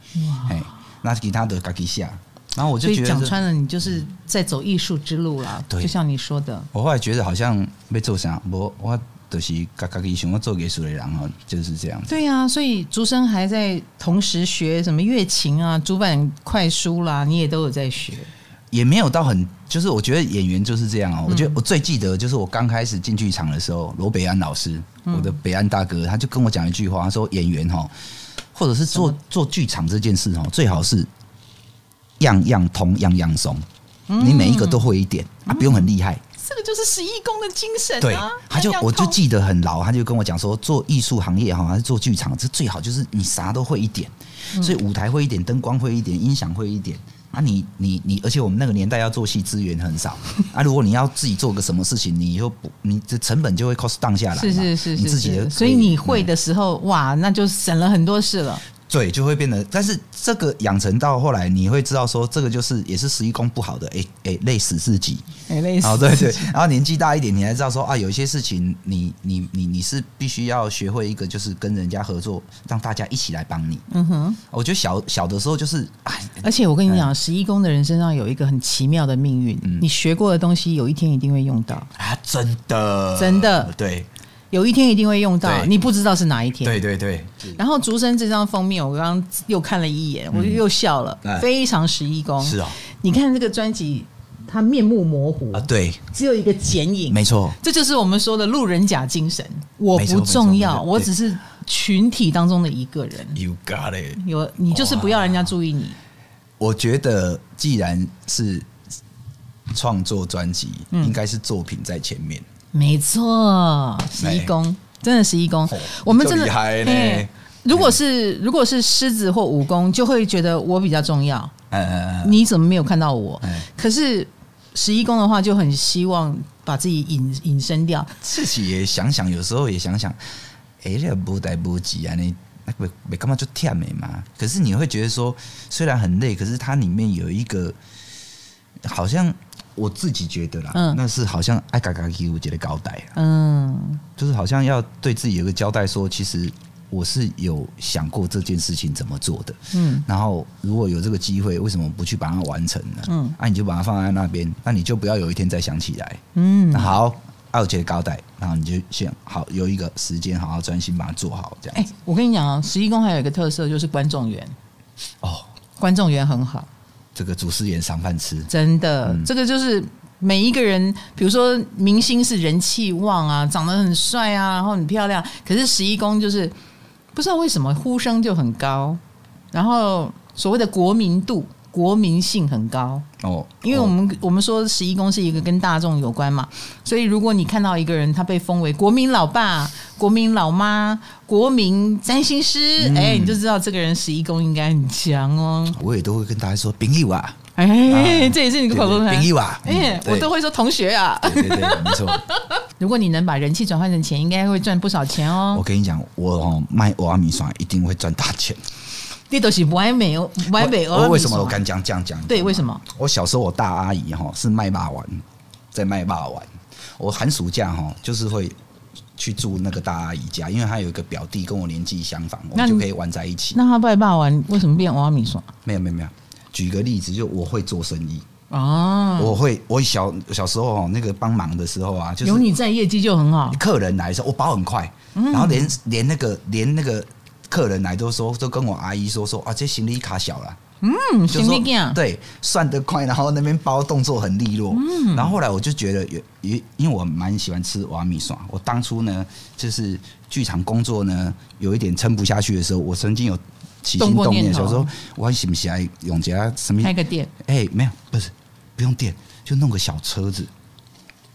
S2: 哎，那给他的嘎吉下，然后我
S1: 所
S2: 就
S1: 以
S2: 觉
S1: 讲
S2: 得。
S1: 穿了，你就是在走艺术之路啦，
S2: 对
S1: 就像你说的，
S2: 我后来觉得好像被做啥，我我就是嘎嘎己想要做艺术的人哦，就是这样子。
S1: 对呀、所以竹生还在同时学什么乐琴啊、主板快书啦，你也都有在学，
S2: 也没有到很，就是我觉得演员就是这样哦、我觉得我最记得就是我刚开始进剧场的时候，罗北安老师，我的北安大哥，他就跟我讲一句话，他说演员哈，或者是做做剧场这件事哦，最好是样样通，样样松，你每一个都会一点啊，不用很厉害。
S1: 嗯这个就是十一宫的精神
S2: 对
S1: 啊，，
S2: 他就
S1: 样样
S2: 我就
S1: 通
S2: 记得很牢，他就跟我讲说，做艺术行业哈，还是做剧场，这最好就是你啥都会一点，
S1: 嗯
S2: 所以舞台会一点，灯光会一点，音响会一点。啊你，你你而且我们那个年代要做戏资源很少啊，如果你要自己做个什么事情，你又不，你这成本就会 cost down 下来嘛，
S1: 是是是是
S2: 你自己
S1: 是
S2: 的，
S1: 所以你会的时候，哇，那就省了很多事了。
S2: 嗯对，就会变得。但是这个养成到后来，你会知道说，这个就是也是十一宫不好的，哎、哎、累死自己。
S1: 哎， 类似
S2: 哦，对对，然后年纪大一点，你才知道说啊，有一些事情你你你你是必须要学会一个，就是跟人家合作，让大家一起来帮你。
S1: 嗯哼。
S2: 我觉得小小的时候就是，哎，
S1: 而且我跟你讲，十一宫的人身上有一个很奇妙的命运，
S2: 嗯
S1: 你学过的东西有一天一定会用到，
S2: 啊，真的，
S1: 真的
S2: 对
S1: 有一天一定会用到，
S2: 对
S1: 你不知道是哪一天。
S2: 对对对，
S1: 然后竹生这张封面，我刚刚又看了一眼，我就又笑了，
S2: 哎
S1: 非常十一宫。
S2: 是哦，
S1: 你看这个专辑，它面目模糊，
S2: 啊，对，
S1: 只有一个剪影。
S2: 没错，
S1: 这就是我们说的路人甲精神。我
S2: 没错
S1: 不重
S2: 没
S1: 要，
S2: 错
S1: 我
S2: 对
S1: 只是群体当中的一个人。
S2: You got it。
S1: 有你就是不要人家注意你，
S2: 我觉得既然是创作专辑，
S1: 嗯
S2: 应该是作品在前面。
S1: 没错，十一宫真的十一宫
S2: 哦，
S1: 我们真的
S2: 就厉害呢
S1: 哎如果是如果是狮子或武功，就会觉得我比较重要，
S2: 嗯嗯嗯
S1: 你怎么没有看到我
S2: 哎？
S1: 可是十一宫的话，就很希望把自己隐隐身掉。
S2: 自己也想想，有时候也想想，哎、这不带不急啊，你那不没干嘛就跳美嘛。可是你会觉得说，虽然很累，可是它里面有一个好像。我自己觉得啦，
S1: 嗯
S2: 那是好像爱嘎嘎给我觉得高代啊，
S1: 嗯，
S2: 就是好像要对自己有个交代说其实我是有想过这件事情怎么做的，
S1: 嗯，
S2: 然后如果有这个机会，为什么不去把它完成呢？
S1: 嗯
S2: 嗯，啊，你就把它放在那边，那你就不要有一天再想起来。
S1: 嗯
S2: 那，好，奥杰高代，然后你就先好有一个时间，好好专心把它做好，这
S1: 哎、
S2: 样子。
S1: 我跟你讲啊，十一宫还有一个特色就是观众缘，
S2: 哦，
S1: 观众缘很好，
S2: 这个祖师爷赏饭吃，
S1: 真的，
S2: 嗯
S1: 这个就是。每一个人，比如说明星是人气旺啊，长得很帅啊，然后很漂亮，可是十一宫就是不知道为什么呼声就很高，然后所谓的国民度、国民性很高，
S2: 哦，
S1: 因为
S2: 哦
S1: 我们、我们说十一宫是一个跟大众有关嘛，所以如果你看到一个人他被封为国民老爸、国民老妈、国民占星师，哎、
S2: 嗯
S1: 你就知道这个人十一宫应该很强哦。
S2: 我也都会跟大家说，冰 友啊，
S1: 哎、
S2: 啊
S1: 这也是你
S2: 对
S1: 的口头
S2: 对
S1: 禅
S2: 冰。友啊，嗯
S1: 哎、我都。会说同学啊。
S2: 对对对 对，没错。
S1: 如果你能把人气转换成钱，应该会赚不少钱
S2: 我
S1: 哦。
S2: 跟你讲，我哦卖欧阿米爽一定会赚大钱。
S1: 这都是歪美哦，歪美
S2: 我
S1: 哦。
S2: 我为什么我敢讲这样讲？
S1: 对，为什么？
S2: 我小时候我大阿姨哈是卖霸丸，在卖霸丸。我寒暑假哈就是会去住那个大阿姨家，因为她有一个表弟跟我年纪相仿，我
S1: 那你
S2: 们就可以玩在一起。
S1: 那他拜霸完，为什么变挖米爽？
S2: 没有没有没有，举个例子，就我会做生意，
S1: 啊，
S2: 我会我小小时候哦那个帮忙的时候啊，就
S1: 有
S2: 是
S1: 你在，嗯业绩就很好。
S2: 客人来的时候我包很快，然后连连那个连那个客人来都说都跟我阿姨说说啊这行李卡小了。
S1: 嗯，
S2: 就
S1: 行
S2: 说
S1: 李讲。
S2: 对，算得快，然后那边包动作很利落。
S1: 嗯
S2: 然后后来我就觉得有有，因为我蛮喜欢吃瓦米爽。我当初呢，就是剧场工作呢，有一点撑不下去的时候，我曾经有起心
S1: 动过
S2: 动
S1: 念
S2: 念，
S1: 头
S2: 想说我喜不喜欢永杰什么？
S1: 开
S2: 哎、
S1: 个店，
S2: 没有，不是，不用电，就弄个小车子，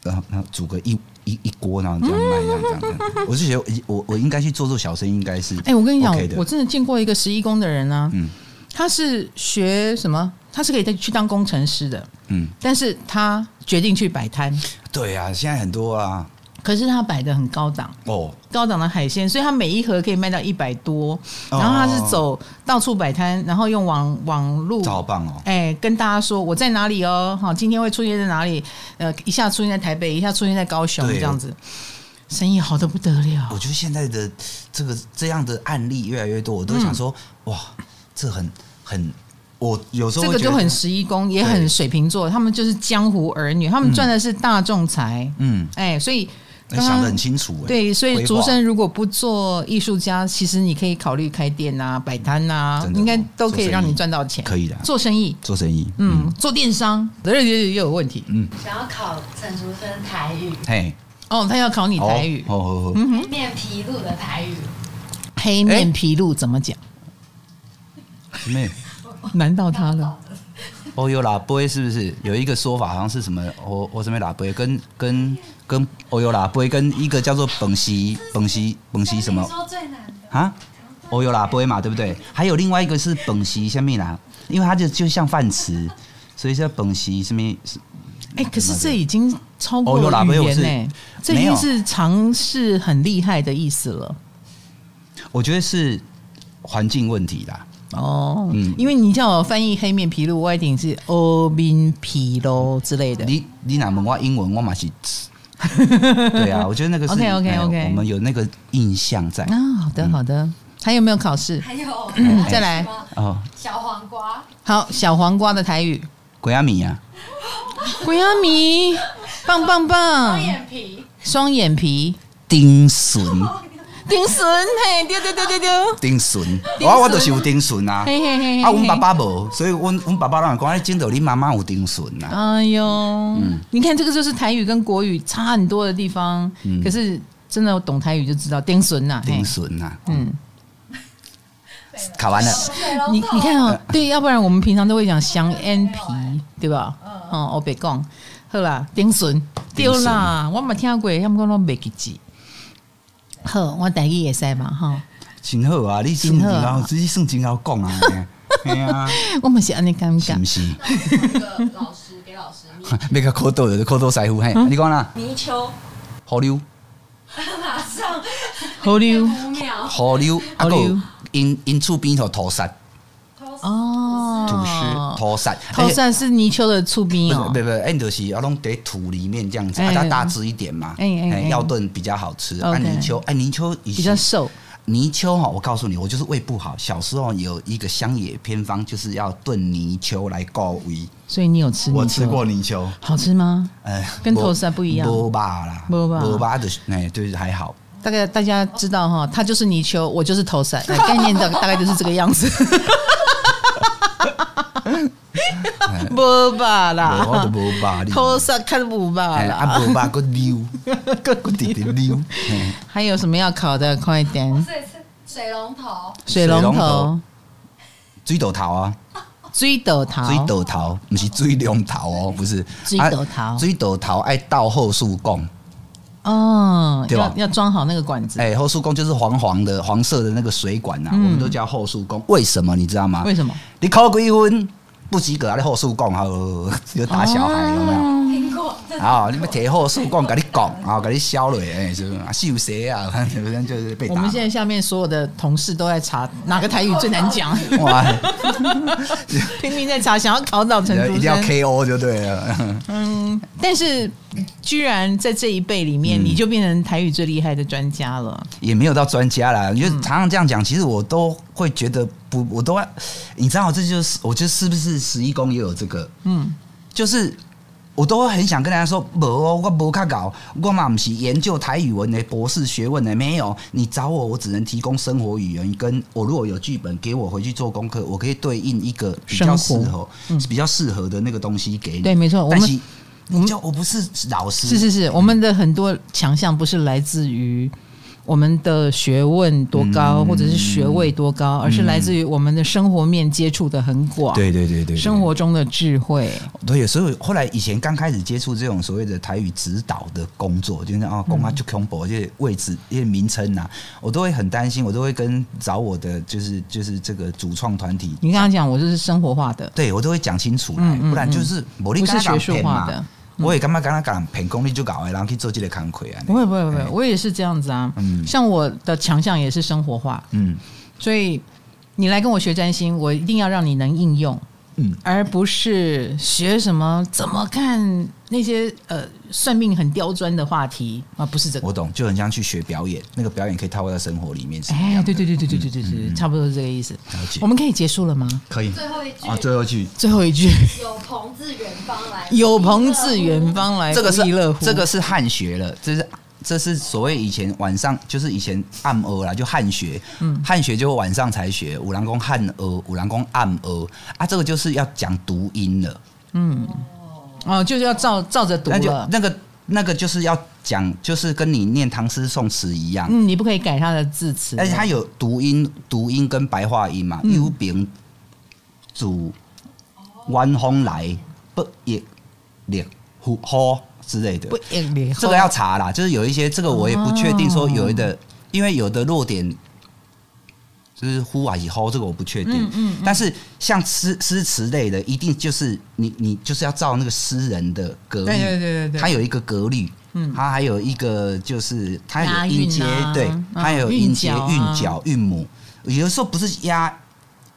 S2: 然后然后煮个一一一锅，然后这样卖，啊这样这样这样。我就觉得我我我应该去做做小生意，应该是
S1: 哎、我跟你讲
S2: OK 的
S1: 我真的见过一个十一宫的人啊，
S2: 嗯
S1: 他是学什么？他是可以再去当工程师的，
S2: 嗯，
S1: 但是他决定去摆摊，
S2: 对啊，现在很多啊，
S1: 可是他摆的很高档，
S2: 哦，
S1: 高档的海鲜，所以他每一盒可以卖到一百多，
S2: 哦
S1: 然后他是走到处摆摊，然后用网网路
S2: 这。好棒哦。
S1: 哎、跟大家说我在哪里哦，好，今天会出现在哪里？呃，一下出现在台北，一下出现在高雄，
S2: 对
S1: 这样子，生意好的不得了
S2: 我。觉得现在的这个这样的案例越来越多，我都想说，哇，这很很，我有时候
S1: 嗯这
S2: 会
S1: 个
S2: 觉得
S1: 就很十一宫，也很
S2: 对
S1: 水瓶座，他们就是江湖儿女，他们赚的是大众财，
S2: 嗯，
S1: 哎、所以
S2: 哎
S1: 刚刚
S2: 想得很清楚、哎，
S1: 对，所以
S2: 规划
S1: 竹生如果不做艺术家，其实你可以考虑开店啊、摆摊啊，
S2: 真的哦
S1: 应该都可以
S2: 做生意
S1: 让你赚到钱。
S2: 可以啊的，
S1: 做生意，
S2: 做生意，
S1: 嗯，，做电商，对对对，也有问
S2: 嗯
S1: 题
S3: 想要考陈竹生台语，
S2: 嘿，
S1: 哦。他要考你台语，嗯
S2: 哦哎哦哦，
S3: 黑面皮鹭的台语，
S1: 黑面琵鹭怎么讲？
S2: 妹，
S1: 难到他了。
S2: 哦有喇杯是不是有一个说法，好像是什么哦哦什么喇杯，跟跟跟哦有喇杯跟一个叫做本席本席本席什么
S4: 你说最难的，
S2: 啊？哦有喇杯嘛，对不对？还有另外一个是本席下面啦，因为它就就像饭吃，所以叫本席什么。
S1: 哎、可是这已经超过
S2: 哦有
S1: 了
S2: 啦
S1: 语
S2: 没有
S1: 言
S2: 是
S1: 呢、这已
S2: 没
S1: 经
S2: 有
S1: 是尝试很厉害的意思了。
S2: 我觉得是环境问题啦。
S1: 哦，
S2: 嗯
S1: 因为你叫我翻译黑面琵鹭，我一定是欧宾琵鹭之类的。
S2: 你你哪门话英文我 马是，对啊，我觉得那个是
S1: OK，OK，
S2: 哎
S1: OK
S2: 我们有那个印象在
S1: 啊，好的好的，
S2: 嗯
S1: 还有没有考 试？
S3: 还有
S1: 嗯再来
S3: 什么
S2: 哦。
S3: 小黄瓜，
S1: 好，小黄瓜的台语，
S2: 鬼阿米啊，
S1: 鬼阿米，棒棒棒
S3: 双，眼皮，
S1: 双眼皮，
S2: 丁笋，
S1: 丁神，嘿，丢丢丢丢丢，
S2: 丁笋，
S1: 丁
S2: 我我
S1: 笋
S2: 就是有丁笋啊。
S1: 嘿嘿嘿嘿，
S2: 啊，阮爸
S1: 嘿。
S2: 爸无，所以阮阮爸爸让讲，哎，今头你妈妈有丁笋啊。
S1: 哎呦，你看这个就是台语跟国语差很多的地方，
S2: 嗯
S1: 可是真的懂台语就知道丁神呐、嘿
S2: 丁笋啊，
S1: 嗯，
S2: 考完了，
S3: 水龙头
S1: 你你，看哦，对，要不然我们平常都会讲香烟皮，对吧？哦，我别讲，好啦，丁笋，对
S2: 丁笋
S1: 啦，我冇听过，要么讲拢袂记记。好，我台语也使嘛哈，
S2: 真好啊，你算
S1: 真好啊
S2: 真好，你算真好讲啊，嘿啊，
S1: 我们是安尼感觉
S2: 是不，是？
S3: 那我找一个老师给老师念
S2: 那个口豆的口豆师傅，嘿，你讲啦，
S3: 泥鳅，
S2: 河流，
S3: 马上
S1: 好溜
S3: 五秒，
S2: 河流，啊
S1: 河
S2: 个
S1: 流
S2: 因因厝边头土杀，
S1: 哦，
S2: 土尸，土杀，
S1: 头上是泥鳅的触
S2: 不
S1: 边
S2: 是
S1: 哦
S2: 哎不，是不是，哎，就是要弄得土里面这样子，
S1: 哎
S2: 啊，它
S1: 哎
S2: 大
S1: 哎
S2: 只一点嘛，
S1: 哎哎
S2: 哎
S1: 哎，
S2: 要炖比较好吃。啊，
S1: OK
S2: 泥鳅，哎，泥鳅以
S1: 比较
S2: 前
S1: 瘦，
S2: 泥鳅哈，我告诉你，我就是胃不好。小时候有一个乡野偏方，就是要炖泥鳅来告胃。
S1: 所以你有吃？
S2: 我吃过，泥鳅，
S1: 好吃吗？
S2: 哎，
S1: 跟
S2: 没
S1: 头虱不一样
S2: 没吧啦，
S1: 没吧
S2: 没吧的，哎，就是还好。
S1: 大概大家知道哈，它就是泥鳅，我就是头伞，哎概 念大大概就是这个样子。
S2: 哎
S1: 无吧
S2: 没我
S1: 啦
S2: 就，没吧， 你
S1: 啊头伞看无吧
S2: 哎，
S1: 啦。
S2: 啊，没吧，个溜， 个直直溜，嘿
S1: 还有什么要考的？快一点！
S3: 这次水龙头，
S1: 水龙
S2: 水龙
S1: 头
S2: 头、水豆头啊，
S1: 追斗桃、
S2: 水豆头，不是水龙头哦，不是
S1: 水豆头
S2: 啊水豆头爱倒后树贡，
S1: 哦，
S2: 对吧
S1: 要要装好那个管子。
S2: 哎，后树贡就是黄黄的黄色的那个水管啊呐，我
S1: 嗯
S2: 们都叫后树贡，为什么你知道吗？
S1: 为什么？
S2: 你考几分？不及格，啊！你后数讲， 还有就打小孩
S1: 哦
S2: 有没有？
S3: 苹果，这
S2: 啊，你们提后数讲，跟你讲啊，跟你消了哎，是不是？啊，秀谁啊？ 反正就是被打
S1: 我。们现在下面所有的同事都在查哪个台语最难 讲，
S2: 哇，
S1: 拼命在查，想要考倒陈
S2: 一
S1: 竹
S2: 定要
S1: 生。
S2: KO 就对了。
S1: 嗯，但是居然在这一辈里面，你就变成台语最厉害的专家了。
S2: 也没有到专家啦，因为常常这样讲，其实我都会觉得不，我都要，你知道，这就是我觉得是不是十一宫也有这个，
S1: 嗯，
S2: 就是我都会很想跟大家说，没哦，我没看搞，我嘛不是研究台语文的博士学问的，没有。你找我，我只能提供生活语言，跟我如果有剧本给我回去做功课，我可以对应一个比较适
S1: 生
S2: 合、嗯比较适合的那个东西给你。
S1: 对没错我
S2: 但
S1: 们
S2: 是你就我不是老师，
S1: 是是是，我们的很多强项不是来自于我们的学问多高，或者是学位多高，而是来自于我们的生活面接触的很广，
S2: 对对对对对
S1: 生活中的智慧。
S2: 对，所以后来以前刚开始接触这种所谓的台语指导的工作，就是啊，公啊
S1: 嗯
S2: 就恐怖，就是位置、因为名称呐、啊我都会很担心，我都会跟找我的就是就是这个主创团体，
S1: 你刚刚讲，我就是生活化的，
S2: 对我都会讲清楚来，
S1: 嗯嗯
S2: 不然就是我
S1: 不是学术化的。。
S2: 我也干嘛干嘛讲骗功力就搞哎，然后去做这个工课啊。
S1: 不会不会不会
S2: 哎，
S1: 我也是这样子啊。
S2: 嗯
S1: 像我的强项也是生活化，
S2: 嗯
S1: 所以你来跟我学占星，我一定要让你能应用，
S2: 嗯，
S1: 而不是学什么怎么看那些呃算命很刁钻的话题啊，不是这个。
S2: 我懂，就很像去学表演，那个表演可以套在生活里面是一
S1: 哎
S2: 样，的。嗯
S1: 对对对对对对对对，差不多是这个意思。
S2: 了解
S1: 我们可以结束了吗？
S2: 可以
S3: 最后一句
S1: 哦
S2: 啊，最后一句。
S1: 最后一 句，
S3: 有朋自远方来，
S1: 有朋自远方来，
S2: 这个是
S1: 不亦乐乎。
S2: 这个是汉学了，这是这是所谓以前晚上就是以前暗讹啦，就汉学，
S1: 嗯
S2: 汉学就晚上才学，五郎公汉讹，五郎公暗讹啊，这个就是要讲读音了，
S1: 哦，就是要照照着读
S2: 那就
S1: 了。
S2: 那个那个就是要讲，就是跟你念唐诗宋词一样。
S1: 嗯，你不可以改他的字词。
S2: 而且它有读音、读音跟白话音嘛，
S1: 嗯
S2: 幽丙主弯风来不亦烈呼呼之类的，
S1: 不，哎
S2: 这个要查啦，就是有一些这个我也不确定说有
S1: 哦
S2: 的，因为有的弱点就是呼啊以后这个我不确定，
S1: 嗯嗯嗯
S2: 但是像诗诗词类的，一定就是你你就是要照那个诗人的格律，
S1: 对对对对对
S2: 它有一个格律。
S1: 嗯
S2: 它还有一个就是它
S1: 押
S2: 有
S1: 韵
S2: 音阶，
S1: 啊
S2: 对
S1: 嗯，
S2: 它有音阶、
S1: 韵脚啊
S2: 韵脚、韵母，有的时候不是押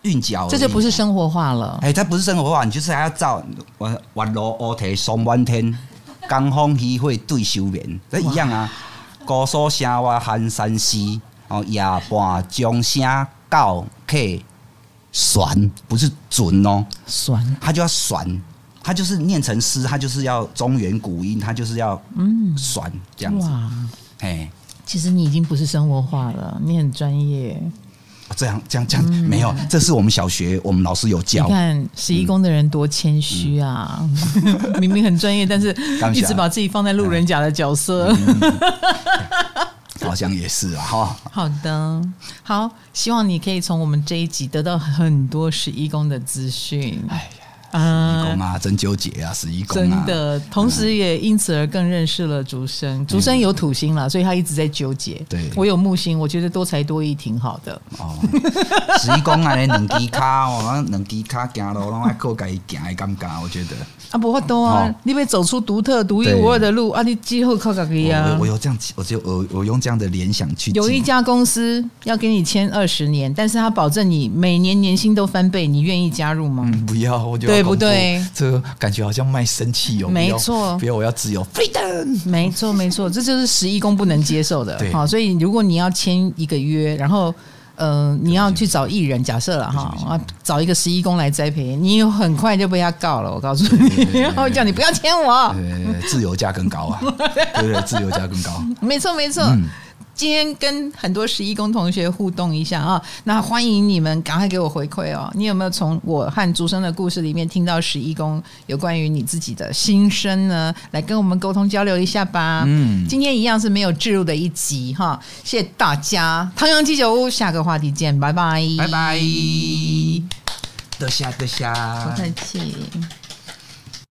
S2: 韵脚而已，
S1: 这就不是生活化了。
S2: 哎、它不是生活化，你就是还要照弯弯路乌提双弯天，江风起会对休眠，这一样啊。高所声我寒山寺，哦夜半钟声到客船，不是准哦，
S1: 酸，
S2: 它就要船，它就是念成诗，它就是要中原古音，它就是要
S1: 嗯，
S2: 船这样子，
S1: 哇，
S2: 哎、
S1: 其实你已经不是生活化了，你很专业。
S2: 这样这样这样、没有，这是我们小学我们老师有
S1: 嗯你
S2: 教，
S1: 看十一宫的人多谦虚啊，
S2: 嗯
S1: 明明很专业，但是
S2: 感谢
S1: 一直把自己放在路人甲的角色。
S2: 嗯好像也是啊哈。
S1: 好的，好，希望你可以从我们这一集得到很多十一宫的资讯。
S2: 哎
S1: 呀，
S2: 义工啊，真纠结啊，十一宫
S1: 嗯真
S2: 啊，
S1: 的，同时也因此而更认识了竹生。竹生有土星啦，所以他一直在纠结。
S2: 嗯对
S1: 我有木星，我觉得多才多艺挺好的。
S2: 哦， 十一宫安尼啊两只脚哦，两只脚行路拢爱靠家己行的感觉，我觉得。
S1: 啊，不会多啊
S2: 哦，
S1: 你被走出独特、独一
S2: 对哦
S1: 无二的路啊，你之后靠自己啊
S2: 我。我有这样，我就我我用这样的联想去记。
S1: 有一家公司要给你签二十年，但是他保证你每年年薪都翻倍，你愿意加入吗？
S4: 嗯，不要，我觉得
S1: 对不对？
S4: 这个感觉好像卖身契哦，不
S1: 没
S4: 要
S1: 错
S4: 不要，我要自由。
S1: 没错，没错，这就是十一宫不能接受的。
S4: 对
S1: 好，所以如果你要签一个约，然后呃，你要去找艺人，假设了哈
S2: 不行不，行
S1: 啊，找一个十一宫来栽培，你很快就被他告了。我告诉
S2: 对对
S1: 你，
S2: 对
S1: 然后叫你不要签我。
S2: 呃，自由价更 高啊，对不对？自由价更高。
S1: 没错，没错。今天跟很多十一宫同学互动一下啊，那欢迎你们赶快给我回馈哦。你有没有从我和竹生的故事里面听到十一宫有关于你自己的心声呢？来跟我们沟通交流一下吧。嗯，今天一样是没有置入的一集哈，谢谢大家。汤阳鸡酒屋，下个话题见，拜拜，
S2: 拜拜，多谢多谢，
S1: 不客气。